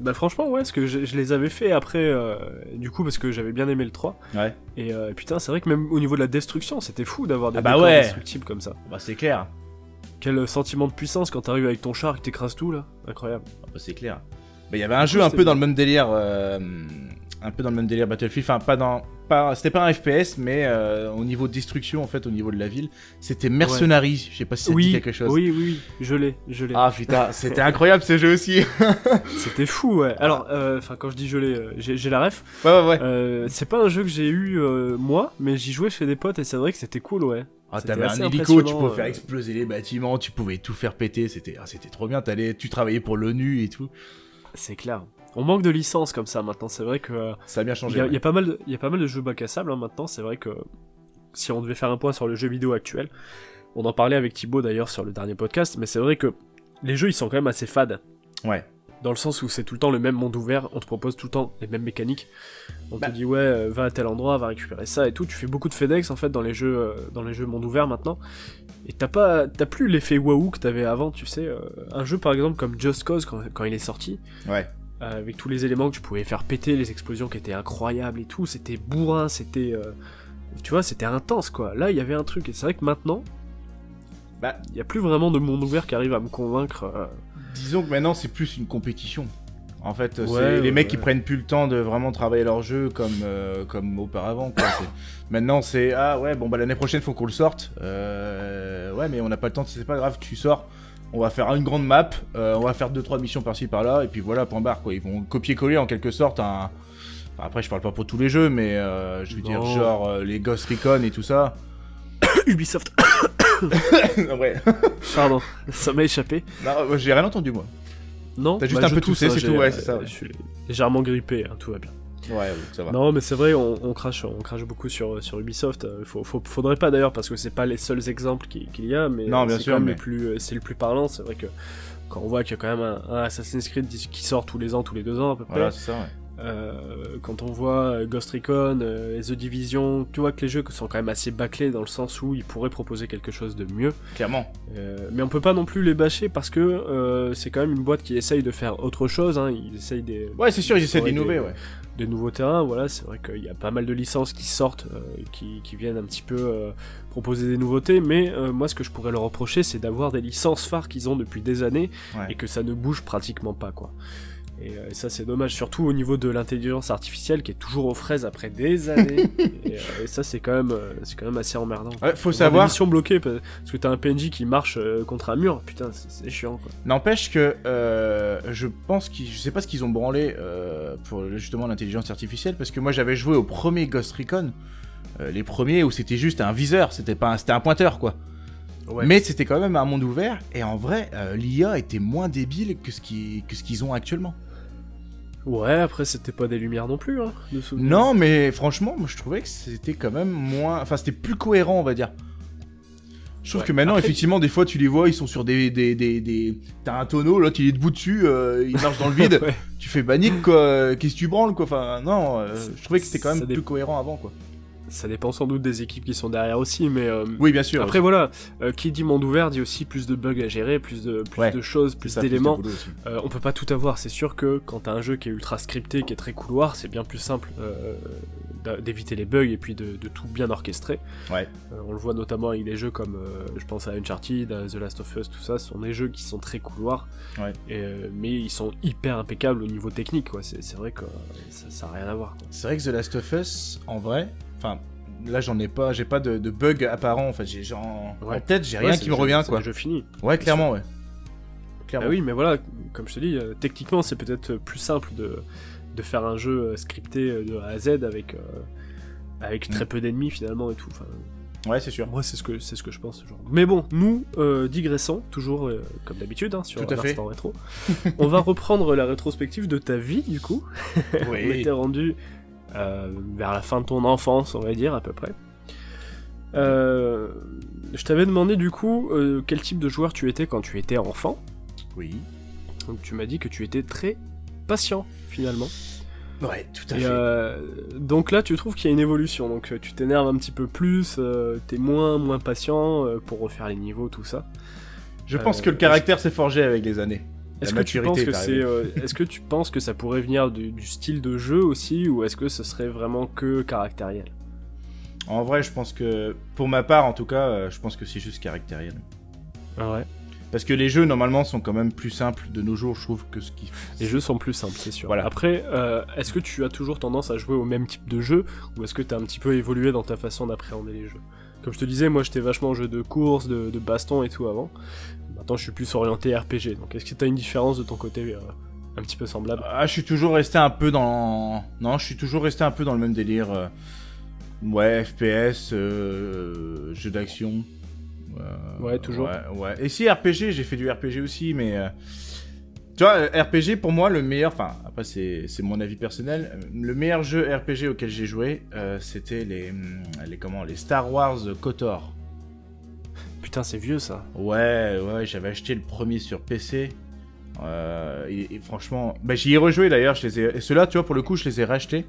Bah franchement ouais, parce que je, je les avais fait après, euh, du coup parce que j'avais bien aimé le 3. Ouais. Et euh, putain, c'est vrai que même au niveau de la destruction, c'était fou d'avoir des Ah bah décors ouais. destructibles comme ça. Bah, c'est clair. Quel sentiment de puissance quand t'arrives avec ton char et que t'écrases tout là. Incroyable. Ah bah, c'est clair. Bah, il y avait un Du coup, jeu un c'était peu dans le même délire, euh, un peu dans le même délire Battlefield. Enfin, pas dans, pas, c'était pas un FPS, mais euh, au niveau de destruction, en fait, au niveau de la ville, c'était Mercenaries. Je sais pas si ça te dit Oui, quelque chose. oui, oui, je l'ai, je l'ai. Ah putain, c'était incroyable ces jeux aussi. C'était fou, ouais. Alors, enfin, quand je dis je l'ai, euh, j'ai j'ai la ref. ouais, ouais, ouais. Euh, c'est pas un jeu que j'ai eu euh, moi, mais j'y jouais chez des potes et c'est vrai que c'était cool, ouais. Ah, c'était t'avais un assez hélico, tu impressionnant, pouvais euh. faire exploser les bâtiments, tu pouvais tout faire péter. C'était, ah, c'était trop bien. T'allais, tu travaillais pour l'ONU et tout. C'est clair. On manque de licences comme ça maintenant. C'est vrai que euh, Ça a bien il changé. y, a- ouais. y a pas mal, de- y a pas mal de jeux bac à sable hein, maintenant. C'est vrai que si on devait faire un point sur le jeu vidéo actuel, on en parlait avec Thibaut d'ailleurs sur le dernier podcast, mais c'est vrai que les jeux ils sont quand même assez fades. Ouais. Dans le sens où c'est tout le temps le même monde ouvert, on te propose tout le temps les mêmes mécaniques. On Bah. te dit ouais, euh, va à tel endroit, va récupérer ça et tout. Tu fais beaucoup de FedEx en fait dans les jeux, euh, dans les jeux monde ouvert maintenant. Et t'as pas, t'as plus l'effet waouh que t'avais avant. Tu sais, euh, un jeu par exemple comme Just Cause quand, quand il est sorti, Ouais. euh, avec tous les éléments que tu pouvais faire péter, les explosions qui étaient incroyables et tout, c'était bourrin, c'était, euh, tu vois, c'était intense quoi. Là, il y avait un truc et c'est vrai que maintenant, Bah. il y a plus vraiment de monde ouvert qui arrive à me convaincre. euh, Disons que maintenant c'est plus une compétition. En fait, Ouais, c'est ouais, les mecs ouais. qui prennent plus le temps de vraiment travailler leur jeu comme, euh, comme auparavant. quoi. C'est- maintenant c'est ah ouais bon bah l'année prochaine faut qu'on le sorte. Euh, ouais mais on n'a pas le temps, c'est pas grave, tu sors. On va faire une grande map, euh, on va faire deux trois missions par-ci par-là et puis voilà point barre quoi. Ils vont copier-coller en quelque sorte un. Enfin, après je parle pas pour tous les jeux mais euh, je veux dire Non. genre euh, les Ghost Recon et tout ça. Ubisoft. ouais. Pardon, ça m'a échappé. Non, j'ai rien entendu moi. Non, T'as juste bah, un je peu tousse, toussé, hein, c'est j'ai, tout, ouais, euh, c'est ça, ouais. Je suis légèrement grippé, hein, tout va bien. Ouais, ouais, ça va. Non, mais c'est vrai, on, on crache, on crache beaucoup sur, sur Ubisoft. euh, Faut, faut- faudrait pas d'ailleurs, parce que c'est pas les seuls exemples qui- qu'il y a, mais Non, euh, bien c'est sûr, quand même mais- le plus, euh, c'est le plus parlant. C'est vrai que quand on voit qu'il y a quand même un, un Assassin's Creed qui sort tous les ans, tous les deux ans à peu près, Voilà c'est ça. Ouais. euh, quand on voit euh, Ghost Recon, euh, et The Division, tu vois que les jeux sont quand même assez bâclés dans le sens où ils pourraient proposer quelque chose de mieux. Clairement. Euh, mais on peut pas non plus les bâcher parce que euh, c'est quand même une boîte qui essaye de faire autre chose. Hein, ils essayent des, Ouais c'est sûr ils essaient Ouais, d'innover des- ouais. des nouveaux terrains. Voilà, c'est vrai qu'il y a pas mal de licences qui sortent, euh, qui, qui viennent un petit peu euh, proposer des nouveautés. Mais euh, moi, ce que je pourrais leur reprocher, c'est d'avoir des licences phares qu'ils ont depuis des années Ouais. et que ça ne bouge pratiquement pas, quoi. Et euh, ça, c'est dommage, surtout au niveau de l'intelligence artificielle qui est toujours aux fraises après des années. et, euh, et ça, c'est quand même, euh, c'est quand même assez emmerdant. Ouais, Ah, faut Faut savoir. savoir, Mission bloquée parce parce que t'as un PNJ qui marche euh, contre un mur. Putain, c'est c'est chiant quoi. n'empêche que euh, je pense qu'ils, je sais pas ce qu'ils ont branlé euh, pour justement l'intelligence artificielle, parce que moi j'avais joué au premier Ghost Recon, euh, les premiers où c'était juste un viseur, c'était pas, un, c'était un pointeur quoi. Ouais. Mais c'était quand même un monde ouvert, et en vrai, euh, l'IA était moins débile que ce qui, que ce qu'ils ont actuellement. Ouais, après c'était pas des lumières non plus, hein, de souvenir. Non, mais franchement, moi je trouvais que c'était quand même moins, enfin c'était plus cohérent, on va dire. Je trouve Ouais. que maintenant, Après- effectivement, des fois tu les vois, ils sont sur des, des, des, des- t'as un tonneau, l'autre il est debout dessus, euh, il marche dans le vide. Ouais. Tu tu fais panique quoi, qu'est-ce que tu branles quoi. Enfin, non, euh, je trouvais que c'était Ça quand même dé- plus cohérent avant quoi. Ça dépend sans doute des équipes qui sont derrière aussi, mais euh, Oui, bien sûr. après voilà, euh, qui dit monde ouvert dit aussi plus de bugs à gérer, plus de plus Ouais. de choses, C'est plus ça, plus de d'éléments. boulot aussi. Euh, on peut pas tout avoir, c'est sûr que quand t'as un jeu qui est ultra scripté, qui est très couloir, c'est bien plus simple euh, d'a- d'éviter les bugs et puis de, de tout bien orchestrer. Ouais. Euh, on le voit notamment avec des jeux comme, euh, je pense à Uncharted, à The Last of Us, tout ça, ce sont des jeux qui sont très couloirs, Ouais. et, euh, mais ils sont hyper impeccables au niveau technique, quoi. C'est c'est vrai que euh, ça, ça a rien à voir. quoi. C'est vrai que The Last of Us, en vrai, enfin, là j'en ai pas, j'ai pas de, de bug apparent en fait. J'ai genre en Ouais. tête, j'ai rien Ouais, c'est qui me des jeux- revient c'est quoi. des jeux finis. Ouais, clairement, ouais. Clairement. Ah oui, mais voilà, comme je te dis, euh, techniquement, c'est peut-être plus simple de, de faire un jeu euh, scripté euh, de A à Z avec, euh, avec Mm. très peu d'ennemis finalement et tout. Enfin, Ouais, c'est sûr. moi, c'est ce que c'est ce que je pense. ce Genre. Mais bon, nous euh, digressons toujours euh, comme d'habitude hein, sur Tout à fait. l'instant rétro. On va reprendre la rétrospective de ta vie du coup. On Oui. était rendu euh, vers la fin de ton enfance, on va dire à peu près. Euh, je t'avais demandé du coup euh, quel type de joueur tu étais quand tu étais enfant. Oui. Donc tu m'as dit que tu étais très patient finalement. Ouais, tout à Et, fait. euh, donc là, tu trouves qu'il y a une évolution. Donc euh, tu t'énerves un petit peu plus, euh, t'es moins moins patient euh, pour refaire les niveaux, tout ça. Je pense euh, que le caractère s'est forgé avec les années. La Est-ce que tu maturité penses est que c'est, arrivée. euh, est-ce que tu penses que ça pourrait venir du, du style de jeu aussi, ou est-ce que ce serait vraiment que caractériel En vrai, je pense que, pour ma part en tout cas, euh, je pense que c'est juste caractériel. Ouais. Parce que les jeux normalement sont quand même plus simples de nos jours, je trouve, que ce qui. Les jeux sont plus simples, c'est sûr. Voilà. Après, euh, est-ce que tu as toujours tendance à jouer au même type de jeu, ou est-ce que t'as un petit peu évolué dans ta façon d'appréhender les jeux Comme je te disais, moi j'étais vachement jeu de course, de, de baston et tout avant. Maintenant, je suis plus orienté RPG. Donc, est-ce que t'as une différence de ton côté euh, un petit peu semblable Ah, je suis toujours resté un peu dans. Non, je suis toujours resté un peu dans le même délire. euh, Ouais, FPS, euh, jeu d'action. euh, Ouais, toujours. Ouais, ouais. Et si RPG, j'ai fait du RPG aussi, mais. euh, Tu vois, euh, RPG pour moi, le meilleur. Enfin, après, c'est c'est mon avis personnel. euh, Le meilleur jeu RPG auquel j'ai joué, euh, c'était les. hum, Les comment Les Star Wars Kotor. Putain, c'est vieux ça. Ouais, ouais, j'avais acheté le premier sur PC. Euh, et, et franchement, bah, j'y ai rejoué d'ailleurs. je les ai- et Ceux-là, tu vois, pour le coup, je les ai rachetés.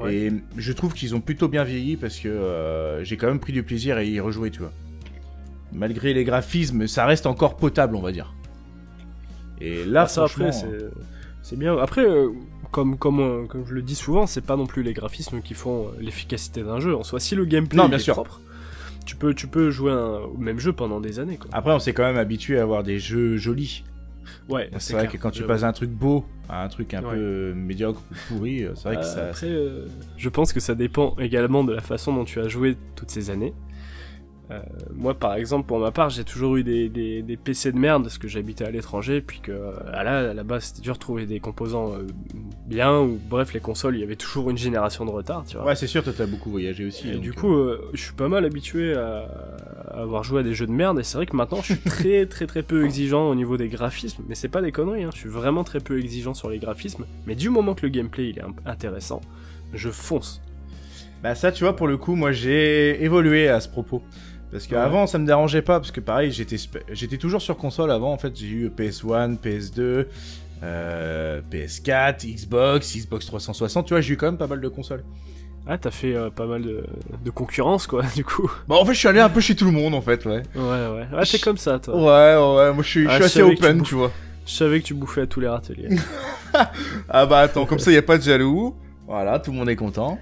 Ouais. Et je trouve qu'ils ont plutôt bien vieilli parce que euh, j'ai quand même pris du plaisir à y rejouer, tu vois. Malgré les graphismes, ça reste encore potable, on va dire. Et là, Ah, ça franchement, après, c'est- c'est bien. Après, euh, comme, comme, on- comme je le dis souvent, c'est pas non plus les graphismes qui font euh, l'efficacité d'un jeu. En soi, si le gameplay Non, il bien est sûr. propre, tu peux, tu peux jouer un- au même jeu pendant des années. Quoi. après, on s'est quand même habitué à avoir des jeux jolis. ouais, Bah, C'est vrai clair. que quand tu Je- passes d'un truc beau à un truc un Ouais. peu médiocre ou pourri, euh, c'est vrai que Euh, ça. Après, euh, je pense que ça dépend également de la façon dont tu as joué toutes ces années. Euh, moi, par exemple, pour ma part, j'ai toujours eu des, des, des PC de merde parce que j'habitais à l'étranger, puis que euh, à la, là-bas, c'était dur de trouver des composants euh, bien, ou bref, les consoles, il y avait toujours une génération de retard, tu vois. Ouais, c'est sûr, toi, t'as beaucoup voyagé aussi. Et donc, du euh, coup, euh, je suis pas mal habitué à, à avoir joué à des jeux de merde, et c'est vrai que maintenant, je suis très très très peu exigeant au niveau des graphismes, mais c'est pas des conneries, hein. je suis vraiment très peu exigeant sur les graphismes, mais du moment que le gameplay il est imp- intéressant, je fonce. Bah ça, tu vois, pour le coup, moi, j'ai évolué à ce propos. Parce Ouais. qu'avant, ça me dérangeait pas, parce que pareil, j'étais sp- j'étais toujours sur console avant, en fait, j'ai eu PS1, PS2, euh, PS4, Xbox, Xbox 360, tu vois, j'ai eu quand même pas mal de consoles. Ah, t'as fait euh, pas mal de, de concurrence, quoi, du coup. Bah en fait, je suis allé un peu chez tout le monde, en fait, ouais. Ouais, ouais. Ah, t'es comme ça, Ouais, ouais, toi. moi, je suis, je Ah, suis je assez savais que open, tu tu, vois. Je savais que tu bouffais à tous les râteliers. Ah bah attends, comme ça, y a pas de jaloux. Voilà, tout le monde est content.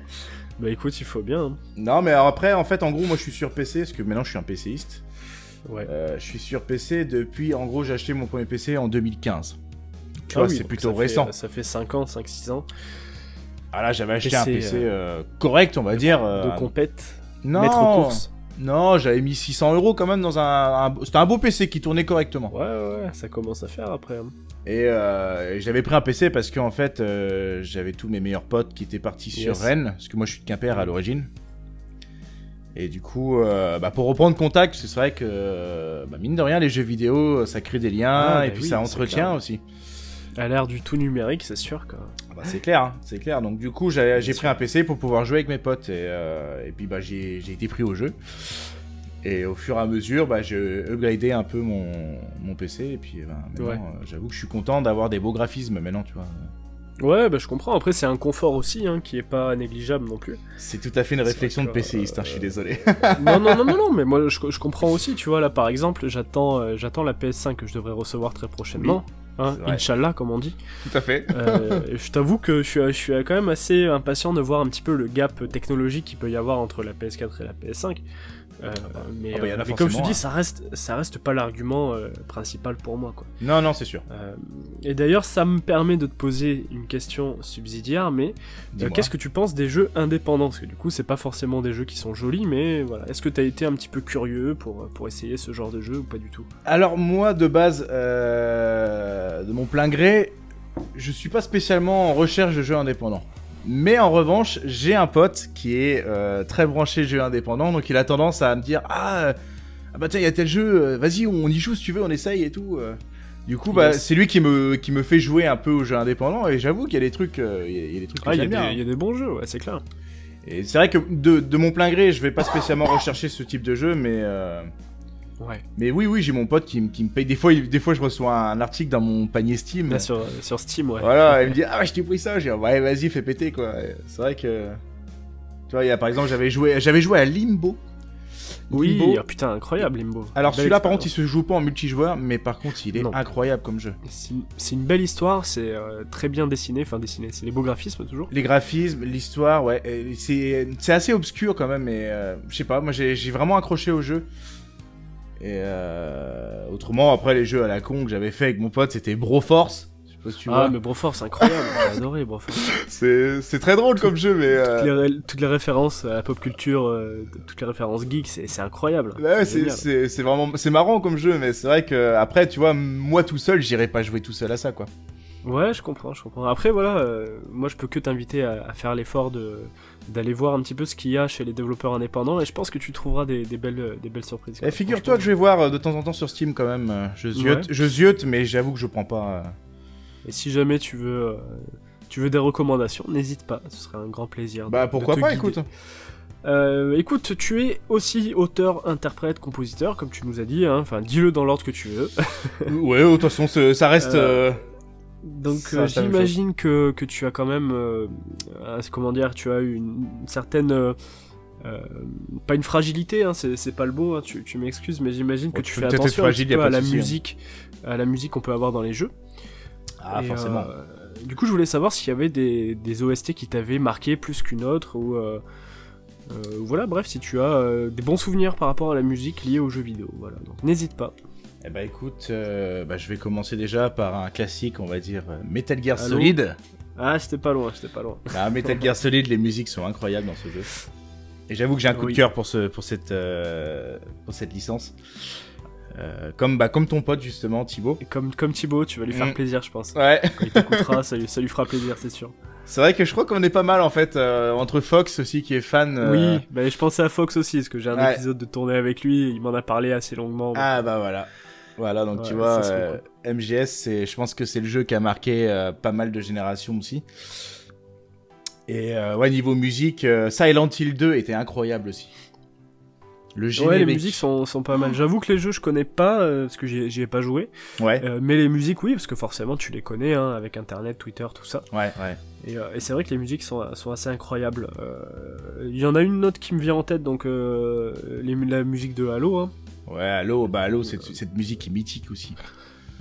bah écoute, il faut bien. hein. Non, mais alors après, en fait, en gros, moi, je suis sur PC, parce que maintenant, je suis un PCiste. Ouais. Euh, je suis sur PC depuis, en gros, j'ai acheté mon premier PC en 2015. Tu Ah vois, oui, c'est donc plutôt ça fait- récent. ça fait 5 ans, 5-6 ans Ah là, j'avais acheté PC, un PC euh, correct, on va dire. euh, de compète, non, maître course. non, j'avais mis 600 euros quand même dans un. un- C'était un beau PC qui tournait correctement. Ouais, ouais, ouais, ça commence à faire après. hein. Et euh, j'avais pris un PC parce qu'en fait, euh, j'avais tous mes meilleurs potes qui étaient partis sur Yes. Rennes, parce que moi je suis de Quimper à l'origine. Et du coup, euh, bah, pour reprendre contact, parce que c'est vrai que euh, bah, mine de rien, les jeux vidéo, ça crée des liens Ah, bah et puis oui, ça c'est entretient clair. aussi. À l'ère du tout numérique, c'est sûr que. Ah bah, c'est clair, hein, c'est clair. Donc du coup, j'ai j'ai sûr. pris un PC pour pouvoir jouer avec mes potes et, euh, et puis bah, j'ai j'ai été pris au jeu. Et au fur et à mesure, bah, j'ai upgradé un peu mon, mon PC et puis eh ben, maintenant, Ouais. euh, j'avoue que je suis content d'avoir des beaux graphismes maintenant, tu vois. Ouais, bah, je comprends. Après, c'est un confort aussi hein, qui est pas négligeable non plus. C'est tout à fait une C'est réflexion de encore, PCiste, hein, je suis euh, désolé. non, non, non, non, non, mais moi je, je comprends aussi, tu vois, là par exemple, j'attends euh, j'attends la PS5 que je devrais recevoir très prochainement. Hein, c'est vrai. Inch'Allah, comme on dit. tout à fait. Euh, je t'avoue que je suis, je suis quand même assez impatient de voir un petit peu le gap technologique qu'il peut y avoir entre la PS4 et la PS5. Euh, mais, Ah bah, y en a euh, mais comme je te forcément, dis, hein. ça reste, ça reste pas l'argument euh, principal pour moi. Quoi. Non, non, c'est sûr. Euh, et d'ailleurs, ça me permet de te poser une question subsidiaire, mais euh, Dis-moi. qu'est-ce que tu penses des jeux indépendants Parce que du coup, c'est pas forcément des jeux qui sont jolis, mais voilà. Est-ce que t'as été un petit peu curieux pour, pour essayer ce genre de jeu ou pas du tout Alors moi, de base, euh, de mon plein gré, je suis pas spécialement en recherche de jeux indépendants. Mais en revanche, j'ai un pote qui est euh, très branché jeux indépendants, donc il a tendance à me dire ah, euh, ah bah tiens il y a tel jeu, euh, vas-y on y joue si tu veux, on essaye et tout. euh. Du coup bah Yes. c'est lui qui me qui me fait jouer un peu aux jeux indépendants et j'avoue qu'il y a des trucs euh, il y a- il y a des trucs que Ah, il y, a j'aime des- bien. hein. il y a des bons jeux, ouais, c'est clair. Et c'est vrai que de, de mon plein gré, je vais pas spécialement rechercher ce type de jeu, mais euh, Ouais. mais oui, oui, j'ai mon pote qui, me- qui me paye. Des fois, il- des fois, je reçois un article dans mon panier Steam. Là, sur, sur Steam, ouais. Voilà, il me dit Ah, je t'ai pris ça. J'ai dit Ouais, vas-y, fais péter quoi. Et C'est vrai que. Tu vois, il y a, par exemple, j'avais joué, j'avais joué à Limbo. Oui, Limbo. ah, putain, incroyable Limbo. Alors Belle celui-là, par contre, il expérience. se joue pas en multijoueur, mais par contre, il est Non. incroyable comme jeu. C'est une- c'est une belle histoire, c'est euh, très bien dessiné, enfin dessiné, c'est des beaux graphismes toujours. Les graphismes, l'histoire, ouais, et c'est c'est assez obscur quand même, mais euh, je sais pas, moi j'ai j'ai vraiment accroché au jeu. Et euh, autrement, après les jeux à la con que j'avais fait avec mon pote, c'était Broforce. Je sais pas si tu ah, vois. mais Broforce, incroyable, j'ai adoré Broforce. C'est c'est très drôle comme jeu, mais. euh, Toutes les, ré- toutes les références à la pop culture, euh, toutes les références geeks, c'est c'est incroyable. bah ouais, c'est génial. c'est- c'est vraiment c'est marrant comme jeu, mais c'est vrai que après, tu vois, moi tout seul, j'irai pas jouer tout seul à ça, quoi. Ouais, je comprends, je comprends. Après, voilà, euh, moi je peux que t'inviter à, à faire l'effort de d'aller voir un petit peu ce qu'il y a chez les développeurs indépendants et je pense que tu trouveras des, des belles, euh, des belles surprises. Eh, quoi. Figure-toi que je vais voir euh, de temps en temps sur Steam quand même. euh, Je ziote, Ouais. je ziote, mais j'avoue que je prends pas. euh, Et si jamais tu veux, euh, tu veux des recommandations, n'hésite pas, ce serait un grand plaisir. de- Bah de pourquoi te pas, guider. écoute. Euh, écoute, tu es aussi auteur, interprète, compositeur, comme tu nous as dit, hein. enfin dis-le dans l'ordre que tu veux. ouais, de toute façon, c'est- ça reste. Euh, euh, Donc Ça, euh, c'est la même chose. j'imagine que, que tu as quand même, euh, un- comment dire, tu as une, une certaine... euh, euh, pas une fragilité, hein, c'est c'est pas le mot, hein, tu, tu m'excuses, mais j'imagine que Oh, tu tu peux fais peut-être être attention un fragile, petit y a peu pas à de la souci, hein. musique, à la musique qu'on peut avoir dans les jeux. Ah, Et, forcément. euh, du coup, je voulais savoir s'il y avait des, des OST qui t'avaient marqué plus qu'une autre, ou euh, euh, voilà, bref, si tu as euh, des bons souvenirs par rapport à la musique liée aux jeux vidéo, voilà. Donc n'hésite pas. Eh bah écoute, euh, bah, je vais commencer déjà par un classique, on va dire euh, Metal Gear Allô Solid. Ah, c'était pas loin, c'était pas loin. Ah, Metal Gear Solid, les musiques sont incroyables dans ce jeu. Et j'avoue que j'ai un coup Oui. de cœur pour, ce, pour, cette, euh, pour cette licence. Euh, comme, bah, comme ton pote justement, Thibaut. Et comme, comme Thibaut, tu vas lui faire Mm. plaisir, je pense. Ouais, Quand il t'écoutera, ça, lui- ça lui fera plaisir, c'est sûr. c'est vrai que je crois qu'on est pas mal en fait, euh, entre Fox aussi qui est fan. euh, Oui, bah, je pensais à Fox aussi, parce que j'ai un Ouais. épisode de tournée avec lui, il m'en a parlé assez longuement. Ah bah voilà. Voilà, donc tu Ouais, vois, ça se euh, MGS, c'est, je pense que c'est le jeu qui a marqué euh, pas mal de générations aussi. Et euh, ouais, niveau musique, euh, Silent Hill 2 était incroyable aussi. Le générique. ouais, les musiques sont, sont pas mal. J'avoue que les jeux, je connais pas, euh, parce que j'y ai- j'y ai pas joué. Ouais, Euh, mais les musiques, oui, parce que forcément, tu les connais, hein, avec Internet, Twitter, tout ça. ouais, ouais. Et, euh, et c'est vrai que les musiques sont, sont assez incroyables. Euh, Il y en a une autre qui me vient en tête, donc euh, les mu- la musique de Halo, hein, Ouais, Halo, bah Halo, cette, cette musique est mythique aussi.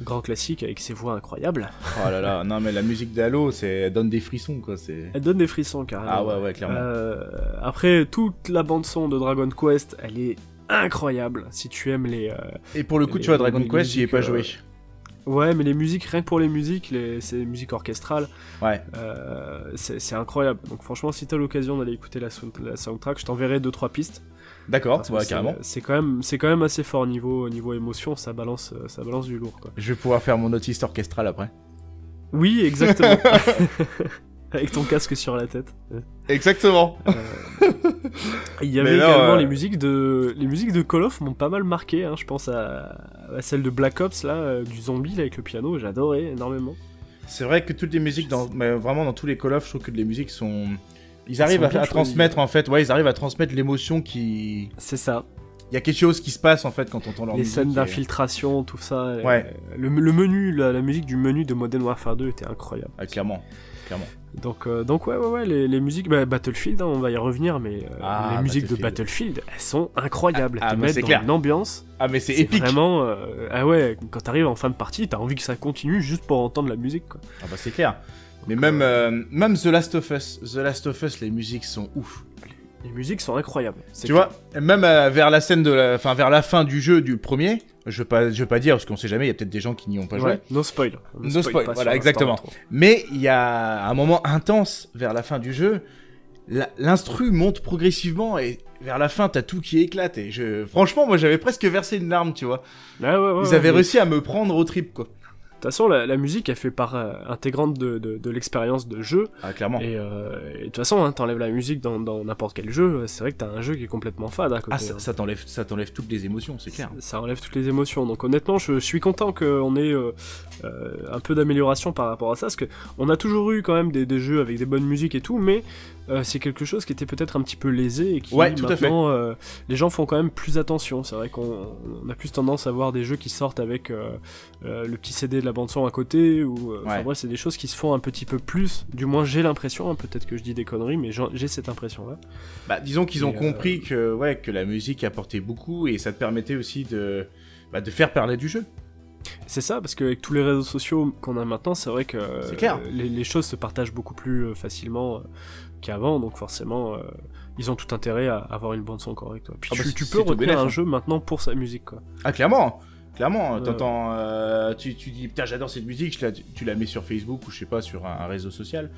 grand classique avec ses voix incroyables. Oh là là, non mais la musique d'Halo, c'est, elle donne des frissons quoi. C'est... Elle donne des frissons, carrément. Ah ouais, ouais, clairement. Euh, après, toute la bande son de Dragon Quest, elle est incroyable. Si tu aimes les, euh, Et pour le coup, et tu vois, les- Dragon les Quest, j'y ai musiques, pas euh, joué. ouais, mais les musiques, rien que pour les musiques, les, c'est musique orchestrale. Ouais. Euh, c'est c'est incroyable. Donc franchement, si t'as l'occasion d'aller écouter la, sound- la soundtrack, je t'enverrai deux trois pistes. D'accord, Parce que Oh, ouais, c'est- carrément. C'est quand même, c'est quand même assez fort niveau niveau émotion. Ça balance, euh, ça balance du lourd quoi. Je vais pouvoir faire mon autiste orchestral après. Oui, exactement. Avec ton casque sur la tête. Euh, Exactement. Il y avait non, également euh, les musiques de les musiques de Call of m'ont pas mal marqué. hein. Je pense à, à celle de Black Ops là, euh, du zombie là, avec le piano. J'adorais énormément. C'est vrai que toutes les musiques, dans, mais vraiment dans tous les Call of, je trouve que les musiques sont. Ils arrivent sont à, bien à choisies, transmettre en fait, ouais, ils arrivent à transmettre l'émotion qui. C'est ça. Il y a quelque chose qui se passe en fait quand on entend leur les musique. scènes et- d'infiltration, tout ça. euh, Ouais. Le, le menu, la, la musique du menu de Modern Warfare 2 était incroyable. Ah, clairement. clairement. Donc, euh, donc ouais, ouais, ouais, les, les musiques, bah, Battlefield, hein, on va y revenir, mais euh, Ah, les musiques de Battlefield, elles sont incroyables. Ah, ah, Elles te mais mettent c'est dans clair. une ambiance. Ah, mais c'est épique. Vraiment, euh, ah ouais, quand t'arrives en fin de partie, t'as envie que ça continue juste pour entendre la musique, quoi. Ah bah c'est clair. Mais même, euh, même The Last of Us, The Last of Us, les musiques sont ouf. Les musiques sont incroyables. c'est Tu clair. vois, même euh, vers la scène de la, enfin vers la fin du jeu du premier, je veux pas, je veux pas dire parce qu'on sait jamais, il y a peut-être des gens qui n'y ont pas joué. Ouais, no spoil. Ne No spoil, pas voilà, sur la exactement. Star Intro. Mais il y a un moment intense vers la fin du jeu. La- L'instru monte progressivement et vers la fin t'as tout qui éclate et je, franchement moi j'avais presque versé une larme, tu vois. Ah ouais, ouais, Ils ouais, avaient mais- réussi à me prendre au trip quoi. De toute façon, la, la musique, elle fait part euh, intégrante de, de- de l'expérience de jeu. Ah clairement. Et, euh, et de toute façon, hein, t'enlèves la musique dans dans n'importe quel jeu, c'est vrai que t'as un jeu qui est complètement fade à côté. Ah hein. ça ça t'enlève, ça t'enlève toutes les émotions, c'est clair. Ça enlève toutes les émotions. Donc honnêtement, je, je suis content qu'on ait euh, euh, un peu d'amélioration par rapport à ça, parce que on a toujours eu quand même des, des jeux avec des bonnes musiques et tout, mais euh, c'est quelque chose qui était peut-être un petit peu lésé et qui Ouais, tout à fait. maintenant euh, les gens font quand même plus attention. C'est vrai qu'on on a plus tendance à voir des jeux qui sortent avec euh, euh, le petit CD de la bande son à côté ou euh, enfin Ouais. bref, c'est des choses qui se font un petit peu plus. Du moins j'ai l'impression, hein, peut-être que je dis des conneries, mais j'en- j'ai cette impression là. Bah, disons qu'ils ont Et, euh, compris que, ouais, que la musique apportait beaucoup et ça te permettait aussi de, bah, de faire parler du jeu. C'est ça, parce qu'avec tous les réseaux sociaux qu'on a maintenant, c'est vrai que euh, C'est clair. Les, les choses se partagent beaucoup plus euh, facilement euh, qu'avant, donc forcément, euh, ils ont tout intérêt à avoir une bande son correcte. ouais. Puis Ah tu, bah, c'est- tu c'est peux tout retenir bénef, un hein. jeu maintenant pour sa musique, quoi. Ah, clairement! Clairement, Ouais. t'entends, euh, tu, tu dis, putain, j'adore cette musique, je la- tu la mets sur Facebook ou je sais pas, sur un, un réseau social.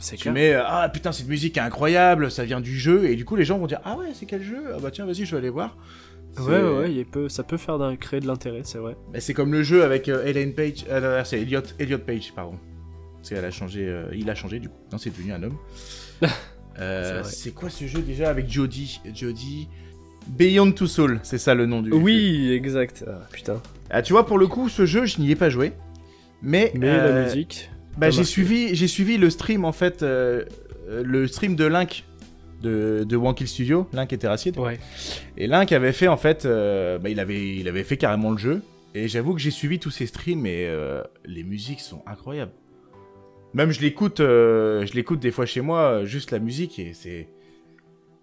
C'est Tu clair. mets, euh, ah putain, cette musique est incroyable, ça vient du jeu, et du coup, les gens vont dire, ah ouais, c'est quel jeu? Ah bah tiens, vas-y, je vais aller voir. C'est- Ouais, ouais, ouais, il peut, ça peut faire d'un- créer de l'intérêt, c'est vrai. Bah, c'est comme le jeu avec euh, Ellen Page, ah, non, non, c'est Elliot, Elliot Page, pardon. Parce qu'elle a changé, euh, il a changé du coup. Non, c'est devenu un homme. C'est Euh, vrai. c'est quoi ce jeu déjà avec Jody Jody Beyond Two Soul, c'est ça le nom du jeu. exact. putain. Ah, tu vois, pour le coup, ce jeu, je n'y ai pas joué. Mais, Mais euh, la musique. bah, t'as j'ai marqué. suivi, j'ai suivi le stream en fait, euh, euh, le stream de Link de, de One Kill Studio, Link et Terracier. Ouais. Et Link avait fait en fait, euh, bah, il avait, il avait fait carrément le jeu. Et j'avoue que j'ai suivi tous ses streams et euh, les musiques sont incroyables. Même je l'écoute, euh, je l'écoute des fois chez moi, euh, juste la musique et c'est,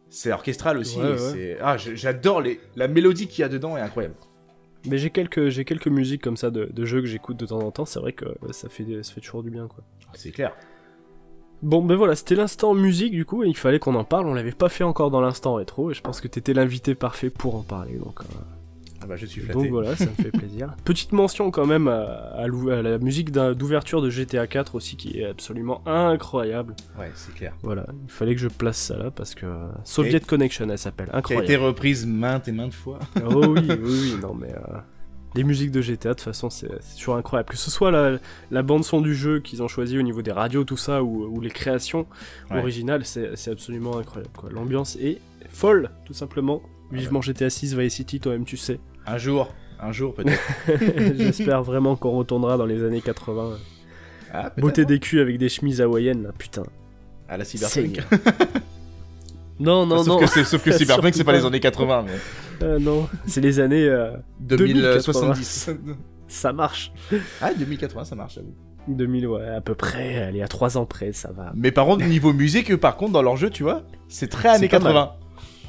c'est orchestral aussi. Ouais, et ouais. c'est- Ah, je- j'adore les, la mélodie qu'il y a dedans est incroyable. Mais j'ai quelques, j'ai quelques musiques comme ça de, de jeux que j'écoute de temps en temps, c'est vrai que euh, ça fait, ça fait toujours du bien, quoi. C'est clair. Bon ben voilà, c'était l'instant musique du coup, et il fallait qu'on en parle, on l'avait pas fait encore dans l'instant rétro, et je pense que t'étais l'invité parfait pour en parler, donc, euh, Ah bah je suis donc flatté. voilà, ça me fait plaisir. Petite mention quand même à, à l'ou- à la musique d'un- d'ouverture de GTA 4 aussi, qui est absolument incroyable. Ouais, c'est clair. Voilà, il fallait que je place ça là, parce que... euh, Soviet Connection, elle s'appelle, Qui a été incroyable. reprise maintes et maintes fois. oh oui, oui, oui, non mais... euh, Les musiques de GTA, de toute façon, c'est c'est toujours incroyable. Que ce soit la, la bande-son du jeu qu'ils ont choisi au niveau des radios, tout ça, ou- ou les créations, Ouais. original, c'est c'est absolument incroyable. quoi. L'ambiance est folle, tout simplement. Ah bah. Vivement GTA 6, Vice City, toi-même tu sais. Un jour, un jour peut-être. J'espère vraiment qu'on retournera dans les années 80. Ah, peut-être. Beauté des culs avec des chemises hawaïennes, là, putain. À la cyberpunk. Seigneur. non, non, Bah, sauf non. que c'est, sauf que cyberpunk, c'est pas Surtout les pas. années 80, mais Euh, non, c'est les années... euh, 2070. ça marche. ah, 2080, ça marche, j'avoue. 2000, ouais, à peu près. Allez, à 3 ans près, ça va. Mais par contre, niveau musique, par contre, dans leur jeu, tu vois, c'est très C'est années pas mal. 80.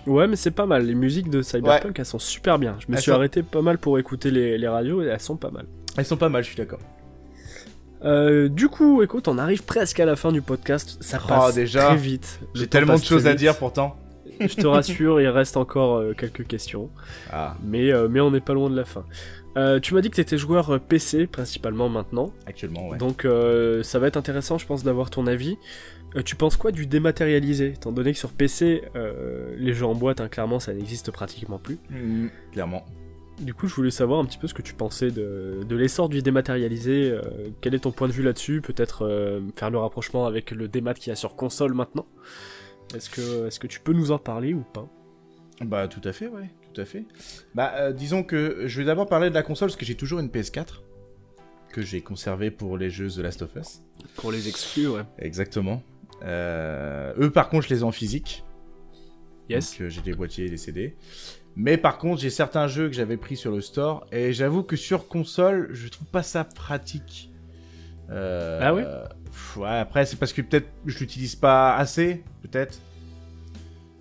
Ouais, mais c'est pas mal. Les musiques de Cyberpunk, elles sont super bien. Je me Elles suis sont- arrêté pas mal pour écouter les, les radios et elles sont pas mal. Elles sont pas mal, je suis d'accord. Euh, du coup, écoute, on arrive presque à la fin du podcast. Ça Oh, passe déjà. très vite. Le J'ai temps tellement passe de choses très à vite. dire pourtant. Je te rassure, il reste encore euh, quelques questions, Ah, mais euh, mais on n'est pas loin de la fin. Euh, tu m'as dit que tu étais joueur euh, PC principalement maintenant, actuellement, ouais. donc euh, ça va être intéressant, je pense, d'avoir ton avis. Euh, tu penses quoi du dématérialisé, étant donné que sur PC, euh, les jeux en boîte, hein, clairement, ça n'existe pratiquement plus. Mm, clairement. Du coup, je voulais savoir un petit peu ce que tu pensais de, de l'essor du dématérialisé. euh, quel est ton point de vue là-dessus Peut-être euh, faire le rapprochement avec le démat qu'il y a sur console maintenant. Est-ce que, est que tu peux nous en parler ou pas Bah, tout à fait, ouais. Tout à fait. Bah, euh, disons que je vais d'abord parler de la console parce que j'ai toujours une PS4 que j'ai conservée pour les jeux The Last of Us. Pour les exclus, ouais. Exactement. Euh, eux, par contre, je les ai en physique. Yes. Donc, euh, j'ai des boîtiers et des CD. Mais par contre, j'ai certains jeux que j'avais pris sur le store. Et j'avoue que sur console, je trouve pas ça pratique. Euh, Ah ouais euh, Pff, Ouais, après, c'est parce que peut-être je l'utilise pas assez, peut-être.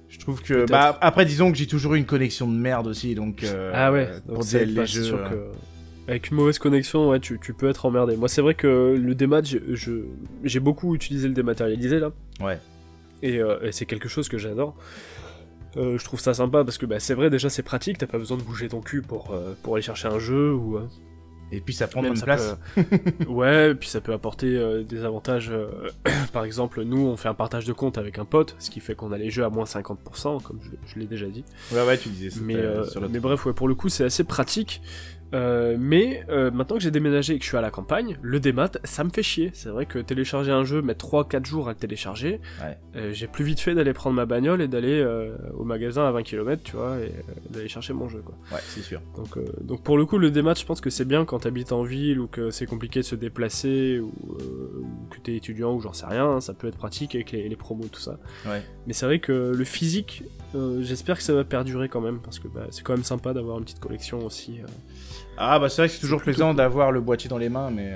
Je trouve que. Peut-être. Bah, après, disons que j'ai toujours eu une connexion de merde aussi, donc. euh, Ah ouais, pour donc des, c'est les pas jeux. sûr euh, que- Avec une mauvaise connexion, ouais, tu, tu peux être emmerdé. Moi, c'est vrai que le démat, j'ai- je- j'ai beaucoup utilisé le dématérialisé là. Ouais. Et, euh, et c'est quelque chose que j'adore. Euh, je trouve ça sympa parce que bah, c'est vrai, déjà, c'est pratique. T'as pas besoin de bouger ton cul pour, euh, pour aller chercher un jeu ou. euh, Et puis ça prend même moins de ça place. peut- ouais, puis ça peut apporter euh, des avantages. euh, Par exemple, nous, on fait un partage de compte avec un pote, ce qui fait qu'on a les jeux à moins 50%, comme je- je l'ai déjà dit. Ouais, ouais, tu disais ça. Mais, euh, euh, sur l'autre. mais bref, ouais, pour le coup, c'est assez pratique. Euh, mais euh, maintenant que j'ai déménagé et que je suis à la campagne, le démat, ça me fait chier. C'est vrai que télécharger un jeu, mettre 3-4 jours à le télécharger, Ouais. euh, j'ai plus vite fait d'aller prendre ma bagnole et d'aller euh, au magasin à 20 km, tu vois, et euh, d'aller chercher mon jeu, quoi. Ouais, c'est sûr. Donc, euh, donc pour le coup, le démat, je pense que c'est bien quand t'habites en ville ou que c'est compliqué de se déplacer ou euh, que t'es étudiant ou j'en sais rien. hein, ça peut être pratique avec les, les promos tout ça. Ouais. Mais c'est vrai que le physique, euh, j'espère que ça va perdurer quand même parce que bah, c'est quand même sympa d'avoir une petite collection aussi. euh. Ah, bah c'est vrai que c'est toujours plutôt plaisant d'avoir le boîtier dans les mains, mais.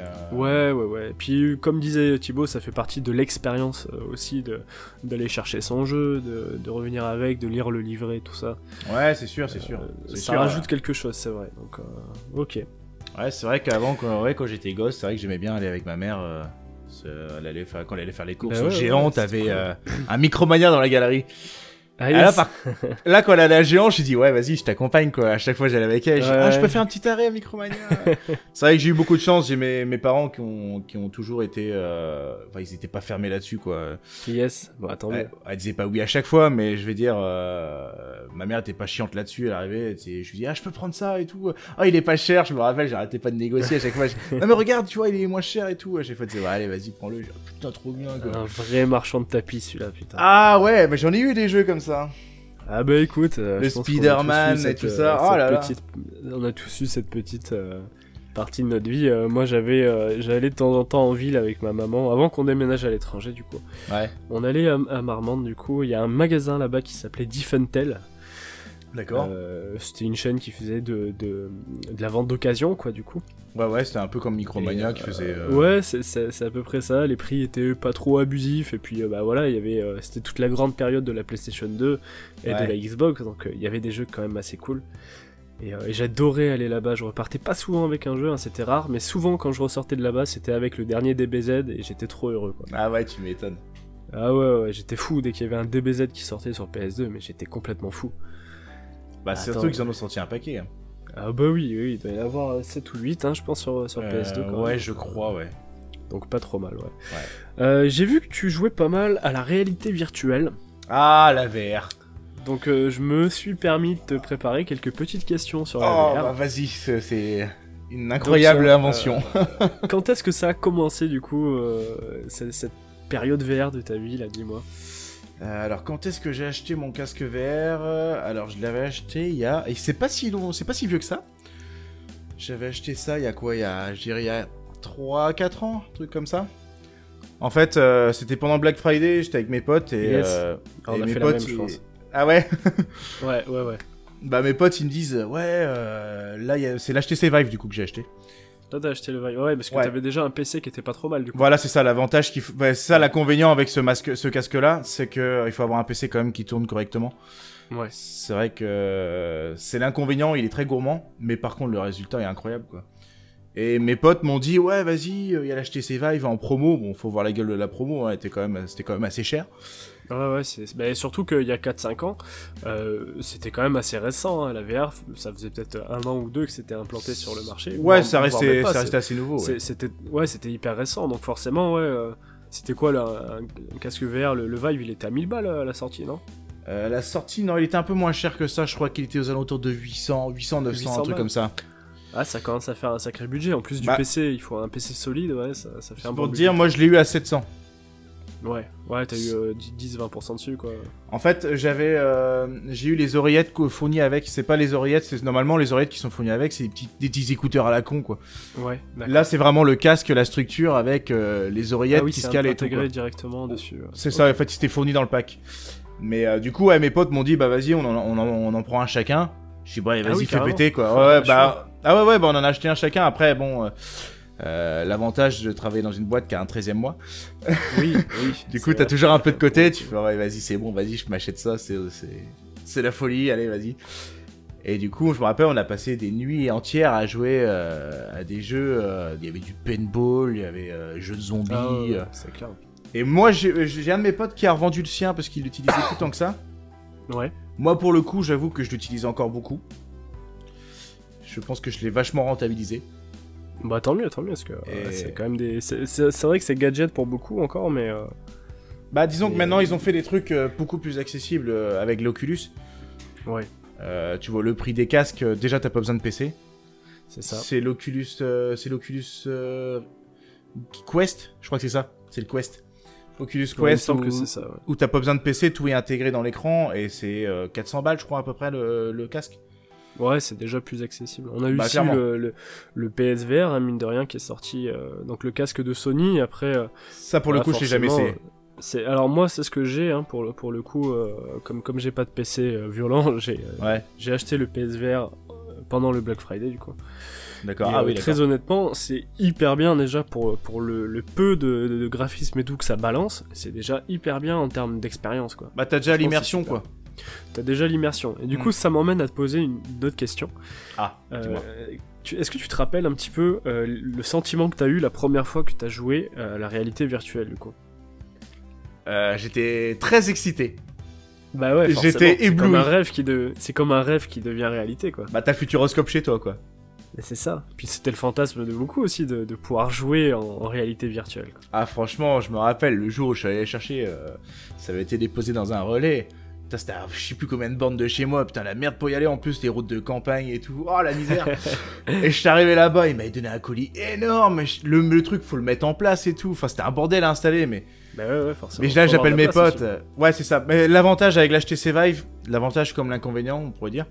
Ouais, euh, ouais, ouais. Puis comme disait Thibaut, ça fait partie de l'expérience euh, aussi de d'aller chercher son jeu, de, de revenir avec, de lire le livret, tout ça. Ouais, c'est sûr, c'est sûr. Euh, C'est ça sûr, hein. rajoute quelque chose, c'est vrai. Donc euh, ok. Ouais, c'est vrai qu'avant, quand, ouais, quand j'étais gosse, c'est vrai que j'aimais bien aller avec ma mère. euh, se- elle allait faire, quand elle allait faire les courses Bah ouais, au géant, ouais, t'avais c'était euh, un micromania dans la galerie. Ah, Et Là, par- là, quand elle allait à géant, je dit, ouais, vas-y, je t'accompagne, quoi. À chaque fois, j'allais avec elle. j'ai dit, Ouais. ah, je peux faire un petit arrêt à micromania. c'est vrai que j'ai eu beaucoup de chance. J'ai mes, mes parents qui ont, qui ont toujours été. euh, Enfin, ils étaient pas fermés là-dessus, quoi. Yes. Bon, attends. Elle, elle disait pas oui à chaque fois, mais je vais dire, euh, ma mère était pas chiante là-dessus. Elle arrivait, elle était- je lui dis, ah, je peux prendre ça et tout. Ah, il est pas cher. Je me rappelle, j'arrêtais pas de négocier à chaque fois. Je- non, mais regarde, tu vois, il est moins cher et tout. À chaque fois, tu disais, ouais, allez, vas-y, prends-le. Je dis, Ah, putain, trop bien, quoi. Un vrai marchand de tapis celui-là, putain. Ah, Ah ouais, mais j'en ai eu des jeux comme ça. bah écoute, euh, Le je pense qu'on a Spider-Man tous eu et cette, euh, tout ça. Oh cette là là. petite- On a tous eu cette petite euh, partie de notre vie. Euh, moi j'avais, euh, j'allais de temps en temps en ville avec ma maman, avant qu'on déménage à l'étranger du coup. Ouais, On allait à, à Marmande du coup, il y a un magasin là-bas qui s'appelait Diffentel. d'accord. Euh, c'était une chaîne qui faisait de, de, de la vente d'occasion quoi du coup. Ouais, ouais, c'était un peu comme Micromania Et, qui faisait. euh, Ouais, c'est- c'est c'est à peu près ça. Les prix étaient pas trop abusifs. Et puis, euh, bah voilà, il y avait, euh, c'était toute la grande période de la PlayStation 2 et Ouais. de la Xbox. Donc, euh, il y avait des jeux quand même assez cool. Et, euh, et j'adorais aller là-bas. Je repartais pas souvent avec un jeu, hein, c'était rare. Mais souvent, quand je ressortais de là-bas, c'était avec le dernier DBZ et j'étais trop heureux. Quoi. Ah ouais, tu m'étonnes. Ah ouais, ouais, j'étais fou dès qu'il y avait un DBZ qui sortait sur PS2. Mais j'étais complètement fou. Bah, Attends. surtout qu'ils en ont sorti un paquet. hein. Ah bah oui, oui, il doit y en avoir euh, 7 ou 8, hein, je pense, sur, sur Euh, PS2. quand ouais, même. je crois, ouais. Donc, pas trop mal, ouais. Euh, J'ai vu que tu jouais pas mal à la réalité virtuelle. Ah, la VR. Donc euh, je me suis permis de te préparer quelques petites questions sur Oh, la VR. bah, vas-y, c'est- c'est une incroyable euh, invention. bah. Quand est-ce que ça a commencé du coup euh, cette, cette période VR de ta vie là, dis-moi Euh, alors quand est-ce que j'ai acheté mon casque VR Euh, Alors je l'avais acheté il y a, et c'est pas si long, c'est pas si vieux que ça. J'avais acheté ça il y a quoi Il y a, je dirais il y a 3 4 ans, un truc comme ça. En fait, euh, c'était pendant Black Friday, j'étais avec mes potes et, Yes. euh, Ah, et On a mes fait la potes même, ils- je pense. Ah ouais Ouais, ouais, ouais. Bah mes potes ils me disent ouais euh, là il y a- c'est l'HTC Vive du coup que j'ai acheté. Toi t'as acheté le Vive, ouais, parce que Ouais. t'avais déjà un PC qui était pas trop mal du coup. Voilà, c'est ça l'avantage qui f- ouais, c'est ça l'inconvénient avec ce masque ce casque là, c'est que euh, il faut avoir un PC quand même qui tourne correctement. Ouais. C'est vrai que euh, c'est l'inconvénient, il est très gourmand, mais par contre le résultat est incroyable quoi. Et mes potes m'ont dit ouais vas-y, euh, il y a l'HTC Vive en promo, bon faut voir la gueule de la promo, hein, elle était quand même c'était quand même assez cher. Ouais, ouais, c'est. bah, surtout qu'il y a 4-5 ans, euh, c'était quand même assez récent. hein, La VR, ça faisait peut-être un an ou deux que c'était implanté sur le marché. Ouais, Voire- ça voire même restait pas, ça c'est- restait assez nouveau. C'est- Ouais. C'était ouais, c'était hyper récent, donc forcément, ouais. euh, c'était quoi là, un, un casque VR le, le Vive, il était à 1000 balles à la sortie, non Euh, la sortie non, il était un peu moins cher que ça, je crois qu'il était aux alentours de 800 800 900 un 800 truc balles. comme ça. Ah, ça commence à faire un sacré budget. En plus du Bah. PC, il faut un PC solide, ouais, ça, ça fait un Pour bon te dire moi je l'ai eu à 700. budget. Ouais, ouais, t'as eu euh, 10-20% dessus, quoi. En fait, j'avais, euh, j'ai eu les oreillettes co- fournies avec. C'est pas les oreillettes, c'est normalement les oreillettes qui sont fournies avec, c'est des petits, des petits écouteurs à la con quoi. Ouais, d'accord. Là, c'est vraiment le casque, la structure avec euh, les oreillettes ah oui, qui se c'est calent et tout. intégré quoi. Oh. directement dessus. ouais. C'est ça, en fait, c'était fourni dans le pack. Mais euh, du coup, ouais, mes potes m'ont dit, bah vas-y, on en, on en- on en prend un chacun. Je dis, bah Ah vas-y, oui, fais carrément. péter quoi. Ah, Ouais, chaud. bah. Ah ouais, ouais, bah on en a acheté un chacun. Après, bon. euh, Euh, L'avantage de travailler dans une boîte qui a un 13e mois, Oui, oui. du coup, c'est t'as toujours un peu de côté, tu Ouais. fais, ouais, vas-y, c'est bon, vas-y, je m'achète ça, c'est- c'est c'est la folie, allez, vas-y. Et du coup, je me rappelle, on a passé des nuits entières à jouer euh, à des jeux. euh, Il y avait du paintball, il y avait euh, jeux de zombies. Ah ouais, euh. c'est clair. Et moi, j'ai j'ai un de mes potes qui a revendu le sien parce qu'il l'utilisait plus tant que ça. Ouais. Moi, pour le coup, j'avoue que je l'utilise encore beaucoup. Je pense que je l'ai vachement rentabilisé. Bah tant mieux, tant mieux, parce que euh, Et- c'est quand même des. C'est c'est- c'est vrai que c'est gadget pour beaucoup encore, mais. euh, Bah, disons que Et- maintenant, ils ont fait des trucs euh, beaucoup plus accessibles euh, avec l'Oculus. Ouais, Euh, tu vois, le prix des casques, euh, déjà, t'as pas besoin de PC. c'est ça. C'est l'Oculus. euh, c'est l'Oculus. euh, Quest Je crois que c'est ça. C'est le Quest. Oculus Ouais, il me Quest. semble où- que c'est ça. ouais. où t'as pas besoin de PC, tout est intégré dans l'écran et c'est euh, 400 balles, je crois, à peu près le, le casque. Ouais, c'est déjà plus accessible. On a eu Bah, aussi clairement. le, le, le PSVR, hein, mine de rien, qui est sorti. euh, donc le casque de Sony, après. euh, Ça, pour bah, le coup, je l'ai jamais forcément, essayé. euh, c'est- alors moi c'est ce que j'ai hein, pour le pour le coup euh, comme comme j'ai pas de PC euh, violent j'ai euh, Ouais, j'ai acheté le PSVR euh, pendant le Black Friday du coup d'accord. Et, Ah euh, oui, d'accord. très honnêtement, c'est hyper bien déjà pour, pour le, le peu de, de- de graphisme et tout que ça balance. C'est déjà hyper bien en termes d'expérience quoi. Bah, t'as déjà Je pense que l'immersion, c'est super. quoi. T'as déjà l'immersion. Et du Mm. coup, ça m'emmène à te poser une, une autre question. Ah, Euh, dis-moi. tu- Est-ce que tu te rappelles un petit peu euh, le sentiment que t'as eu la première fois que t'as joué euh, à la réalité virtuelle du coup Euh, J'étais très excité. Bah ouais, forcément. J'étais C'est comme ébloui. un rêve qui de... c'est comme un rêve qui devient réalité quoi. Bah, t'as le futuroscope chez toi, quoi. Mais c'est ça. Puis c'était le fantasme de beaucoup aussi de, de pouvoir jouer en, en réalité virtuelle. quoi. Ah, franchement, je me rappelle, le jour où je suis allé chercher, euh, ça avait été déposé dans un relais. Putain, c'était à je sais plus combien de bornes de chez moi. Putain, la merde pour y aller en plus, les routes de campagne et tout. Oh, la misère. et je suis arrivé là-bas, il m'avait donné un colis énorme. Je- Le, le truc, faut le mettre en place et tout. Enfin, c'était un bordel à installer, mais. Bah ouais, ouais, forcément. Mais là, Faut avoir j'appelle de la mes place potes. aussi. euh, Ouais, c'est ça. Mais l'avantage avec l'HTC Vive, l'avantage comme l'inconvénient, on pourrait dire,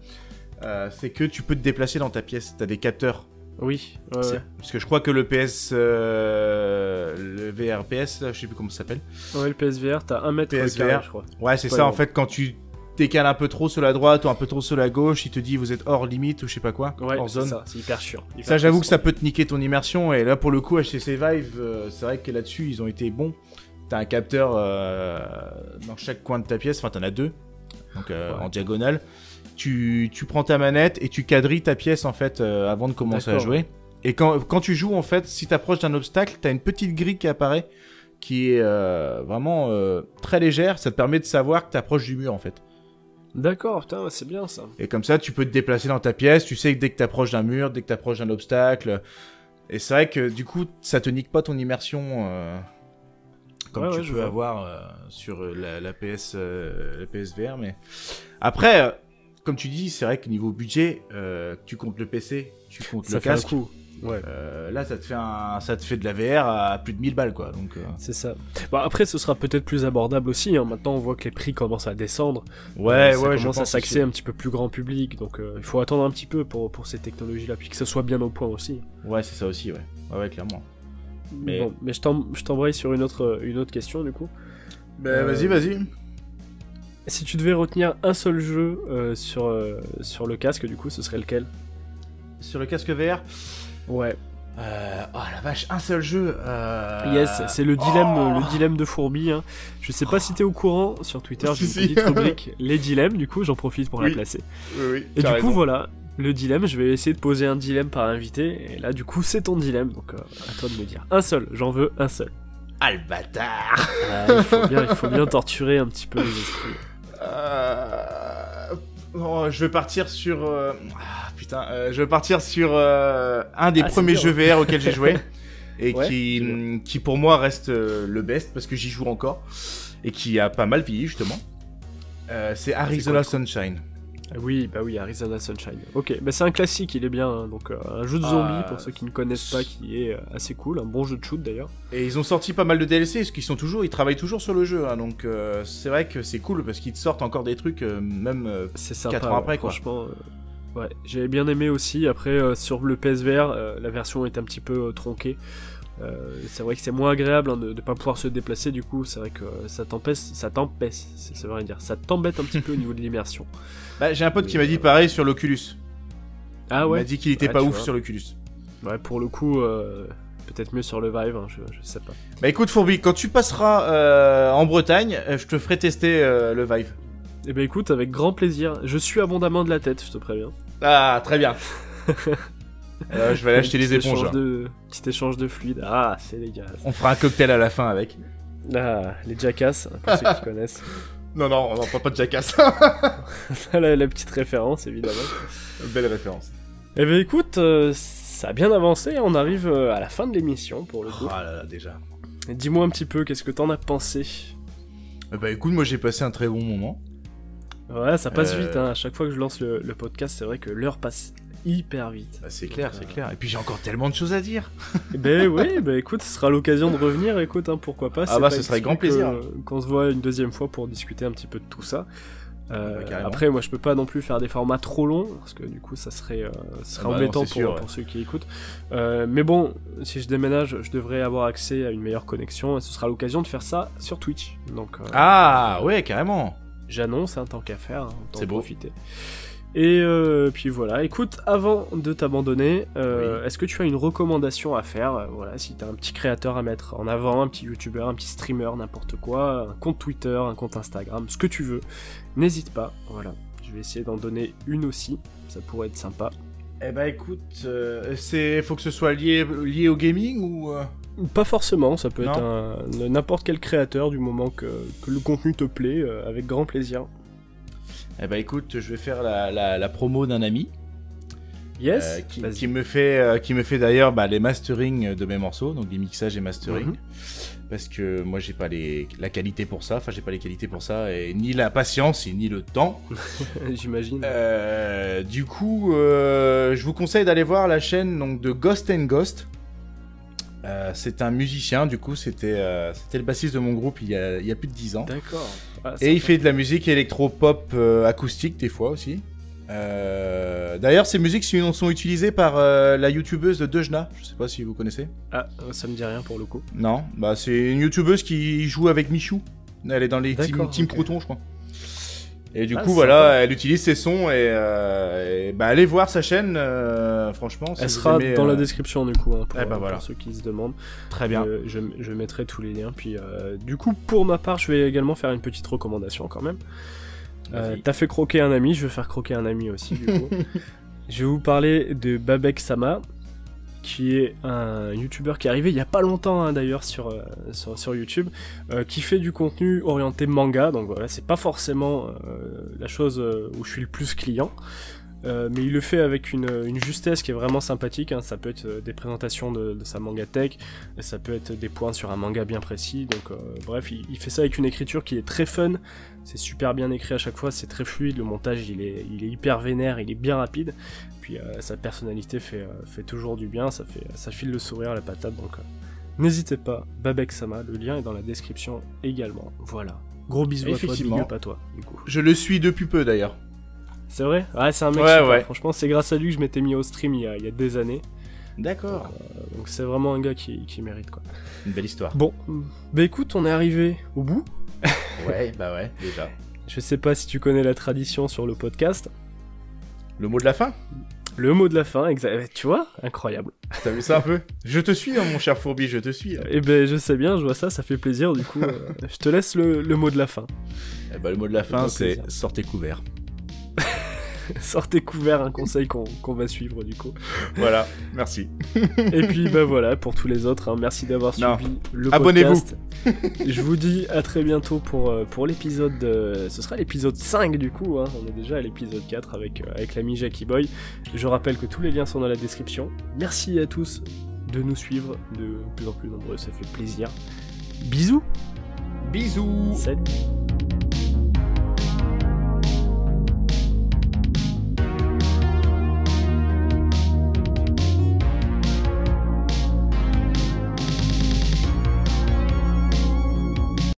euh, c'est que tu peux te déplacer dans ta pièce. T'as des capteurs. Oui. ouais, C'est- ouais. Parce que je crois que le PS, euh, le VRPS, là, je sais plus comment ça s'appelle. Ouais, le PSVR, t'as 1 mètre PSVR. carré, je crois. Ouais, c'est Ouais, ça. En ouais. fait, quand tu décales un peu trop sur la droite ou un peu trop sur la gauche, il te dit vous êtes hors limite ou je sais pas quoi, Ouais, hors c'est zone. ça, c'est hyper chiant. Hyper Ça, j'avoue que ça stressant. peut te niquer ton immersion. Et là, pour le coup, HTC Vive, euh, c'est vrai que là-dessus, ils ont été bons. T'as un capteur euh, dans chaque coin de ta pièce, enfin, t'en as deux, donc euh, Ouais. en diagonale. Tu, tu prends ta manette et tu quadrilles ta pièce, en fait, euh, avant de commencer à D'accord. jouer. Et quand, quand tu joues, en fait, si t'approches d'un obstacle, t'as une petite grille qui apparaît, qui est euh, vraiment euh, très légère. Ça te permet de savoir que t'approches du mur, en fait. D'accord, putain, ouais, c'est bien ça. Et comme ça, tu peux te déplacer dans ta pièce. Tu sais que dès que t'approches d'un mur, dès que t'approches d'un obstacle. Et c'est vrai que du coup, ça te nique pas ton immersion. euh, comme Ouais, tu ouais, je peux vois. avoir euh, sur euh, la, la PS, euh, la PSVR. Mais après, euh, comme tu dis, c'est vrai que niveau budget, euh, tu comptes le PC, tu comptes Ça le fait un casque. coup. Ouais. euh, là, ça te fait un, ça te fait de la VR à plus de 1000 balles, quoi. Donc, euh, C'est ça. Bah après, ce sera peut-être plus abordable aussi. hein. Maintenant, on voit que les prix commencent à descendre. Euh, ouais, ça ouais, je commence à pense aussi. s'axer un petit peu plus grand public. Donc, euh, il faut attendre un petit peu pour, pour ces technologies-là, puis que ça soit bien au point aussi. Ouais, c'est ça aussi, ouais. Ouais, ouais, clairement. Mais- Mais, bon, mais je t'em- je t'embraye sur une autre, une autre question du coup. Ben, vas-y, vas-y, vas-y. Si tu devais retenir un seul jeu euh, sur, euh, sur le casque, du coup, ce serait lequel Sur le casque VR, Ouais. Euh, oh la vache, un seul jeu. euh, Ah. Yes, c'est le dilemme, oh. le dilemme de fourmi. hein. Je sais pas si t'es au courant sur Twitter, j'ai Si, une si. petite rubrique les dilemmes. Du coup, j'en profite pour Oui, la placer. Oui, oui, Et du t'as coup, raison. voilà, le dilemme. Je vais essayer de poser un dilemme par invité. Et là, du coup, c'est ton dilemme. Donc, euh, à toi de me dire. Un seul. J'en veux un seul. Ah le bâtard Ah, il, faut bien, il faut bien torturer un petit peu les esprits. Euh, oh, Je vais partir sur. euh, ah, putain, euh, je vais partir sur euh, un des Ah, c'est premiers dur. jeux VR auxquels j'ai joué. Et Ouais, qui, c'est mm, qui pour moi reste euh, le best parce que j'y joue encore. Et qui a pas mal vieilli justement. Euh, c'est Arizona Sunshine. Ah Oui, bah oui, Arizona Sunshine. Ok, bah c'est un classique, il est bien. hein. Donc, euh, un jeu de Ah, zombies, pour ceux qui ne connaissent pas, qui est euh, assez cool. Un bon jeu de shoot d'ailleurs. Et ils ont sorti pas mal de DLC, parce qu'ils sont toujours, ils travaillent toujours sur le jeu, hein, donc euh, c'est vrai que c'est cool parce qu'ils te sortent encore des trucs, euh, même euh, C'est sympa. Quatre ans ouais, après, quoi. Franchement, euh, ouais, j'avais bien aimé aussi. Après, euh, sur le PSVR, euh, la version est un petit peu euh, tronquée. Euh, c'est vrai que c'est moins agréable hein, de ne pas pouvoir se déplacer. Du coup, c'est vrai que euh, ça t'empêche, ça t'empêche, c'est ça veut rien dire. Ça t'embête un petit peu au niveau de l'immersion. Bah, j'ai un pote Mais qui m'a dit voilà. pareil sur l'Oculus. Ah Il m'a ouais. dit qu'il était Ouais, pas tu ouf vois. sur l'Oculus. Ouais, pour le coup, euh, peut-être mieux sur le Vive, hein, je, je sais pas. Bah écoute Fourbi, quand tu passeras euh, en Bretagne, euh, je te ferai tester euh, le Vive. Eh ben écoute, avec grand plaisir. Je suis abondamment de la tête, je te préviens. Ah, très bien. Euh, je vais aller acheter Petit les éponges. échange hein. De... Petit échange de fluide. Ah, c'est légal. On fera un cocktail à la fin avec. Ah, les jackasses, pour ceux qui connaissent. Non, non, on n'en prend pas de jacasse. la, la petite référence, évidemment. Belle référence. Eh ben écoute, euh, ça a bien avancé. On arrive euh, à la fin de l'émission, pour le coup. Ah là là, déjà. Dis-moi un petit peu, qu'est-ce que t'en as pensé Euh, Bah écoute, moi j'ai passé un très bon moment. Ouais, ça passe Euh. vite, hein. À chaque fois que je lance le, le podcast, c'est vrai que l'heure passe hyper vite. Bah, c'est clair, c'est clair. Et puis j'ai encore tellement de choses à dire. ben oui, ben écoute, ce sera l'occasion de revenir, écoute, hein, pourquoi pas. Ah c'est bah, pas ce serait exclu grand que- plaisir. Qu'on se voit une deuxième fois pour discuter un petit peu de tout ça. Euh, Bah, carrément. après, moi, je peux pas non plus faire des formats trop longs, parce que du coup, ça serait, euh, ça serait Ah bah non, embêtant c'est pour, sûr, ouais. pour ceux qui écoutent. Euh, mais bon, si je déménage, je devrais avoir accès à une meilleure connexion, et ce sera l'occasion de faire ça sur Twitch. Donc, euh, Ah ouais, carrément. j'annonce, hein, tant qu'à faire, hein, autant C'est en beau. profiter. Et euh, puis voilà, écoute, avant de t'abandonner, euh, est-ce que tu as une recommandation à faire euh, Voilà, si t'as un petit créateur à mettre en avant, un petit youtubeur, un petit streamer, n'importe quoi, un compte Twitter, un compte Instagram, ce que tu veux, n'hésite pas, voilà. Je vais essayer d'en donner une aussi, ça pourrait être sympa. Eh bah écoute, euh, c'est faut que ce soit lié lié au gaming ou euh, Pas forcément, ça peut Non. être un- n'importe quel créateur du moment que, que le contenu te plaît, euh, avec grand plaisir. Eh bah écoute, je vais faire la, la- la promo d'un ami Yes euh, qui, Vas-y. qui me fait euh, qui me fait d'ailleurs bah, les masterings de mes morceaux, donc des mixages et mastering. Mhm. Parce que moi j'ai pas les, la qualité pour ça, enfin j'ai pas les qualités pour ça, et ni la patience et ni le temps. Mhm. J'imagine. Euh, du coup, euh, je vous conseille d'aller voir la chaîne donc, de Ghost and Ghost. Euh, c'est un musicien, du coup, c'était euh, c'était le bassiste de mon groupe il y a, il y a plus de 10 ans. D'accord. Ah, Et il sympa. fait de la musique électro-pop euh, acoustique, des fois aussi. Euh, D'ailleurs, ces musiques sont sont utilisées par euh, la youtubeuse de Dejna, je sais pas si vous connaissez. Ah, euh, ça me dit rien pour le coup. Non, bah c'est une youtubeuse qui joue avec Michou. Elle est dans les Team, D'accord, team ok. Crouton, je crois. Et du Ah, coup, c'est voilà, sympa. elle utilise ses sons et, euh, et bah, allez voir sa chaîne, euh, franchement. si Elle vous sera aimez, dans euh, la description du coup, hein, pour, Eh ben euh, voilà. pour ceux qui se demandent. Très bien. Euh, je, je mettrai tous les liens. Puis euh, du coup, pour ma part, je vais également faire une petite recommandation quand même. Euh, Vas-y. T'as fait croquer un ami, je vais faire croquer un ami aussi du coup. je vais vous parler de Babek Sama, qui est un youtubeur qui est arrivé il y a pas longtemps hein, d'ailleurs sur, euh, sur, sur YouTube, euh, qui fait du contenu orienté manga, donc voilà, c'est pas forcément euh, la chose euh, où je suis le plus client. euh, mais il le fait avec une, une justesse qui est vraiment sympathique. hein. Ça peut être euh, des présentations de, de sa manga tech, ça peut être des points sur un manga bien précis. Donc, euh, bref, il, il fait ça avec une écriture qui est très fun. C'est super bien écrit à chaque fois, c'est très fluide. Le montage, il est, il est hyper vénère, il est bien rapide. Puis euh, sa personnalité fait, euh, fait toujours du bien. Ça, fait, ça file le sourire à la patate. Donc, euh, n'hésitez pas. Babek Sama, le lien est dans la description également. Voilà. Gros bisous à toi, big Effectivement. up à toi, du coup. Je le suis depuis peu d'ailleurs. C'est vrai Ouais, c'est un mec Ouais, super, ouais. franchement, c'est grâce à lui que je m'étais mis au stream il y a, il y a des années. D'accord. Euh, Donc c'est vraiment un gars qui, qui mérite quoi. Une belle histoire. Bon, bah écoute, on est arrivé au bout. ouais, bah ouais, déjà. Je sais pas si tu connais la tradition sur le podcast. Le mot de la fin Le mot de la fin, exa- eh, tu vois Incroyable. T'as vu ça un peu Je te suis, hein, mon cher Fourbi, je te suis. hein. Eh ben je sais bien, je vois ça, ça fait plaisir du coup. euh, je te laisse le, le mot de la fin. Eh bah, le mot de la Fais-toi fin, c'est plaisir. sortez couverts. Sortez couvert, un conseil qu'on qu'on va suivre du coup. voilà, merci. Et puis bah voilà, pour tous les autres, hein, merci d'avoir Non. suivi le Abonnez-vous. podcast. Je vous dis à très bientôt pour, euh, pour l'épisode. euh, ce sera l'épisode 5 du coup, hein. on est déjà à l'épisode 4 avec, euh, avec l'ami Jackie Boy. Je rappelle que tous les liens sont dans la description. Merci à tous de nous suivre, de plus en plus nombreux, ça fait plaisir. Bisous, Bisous salut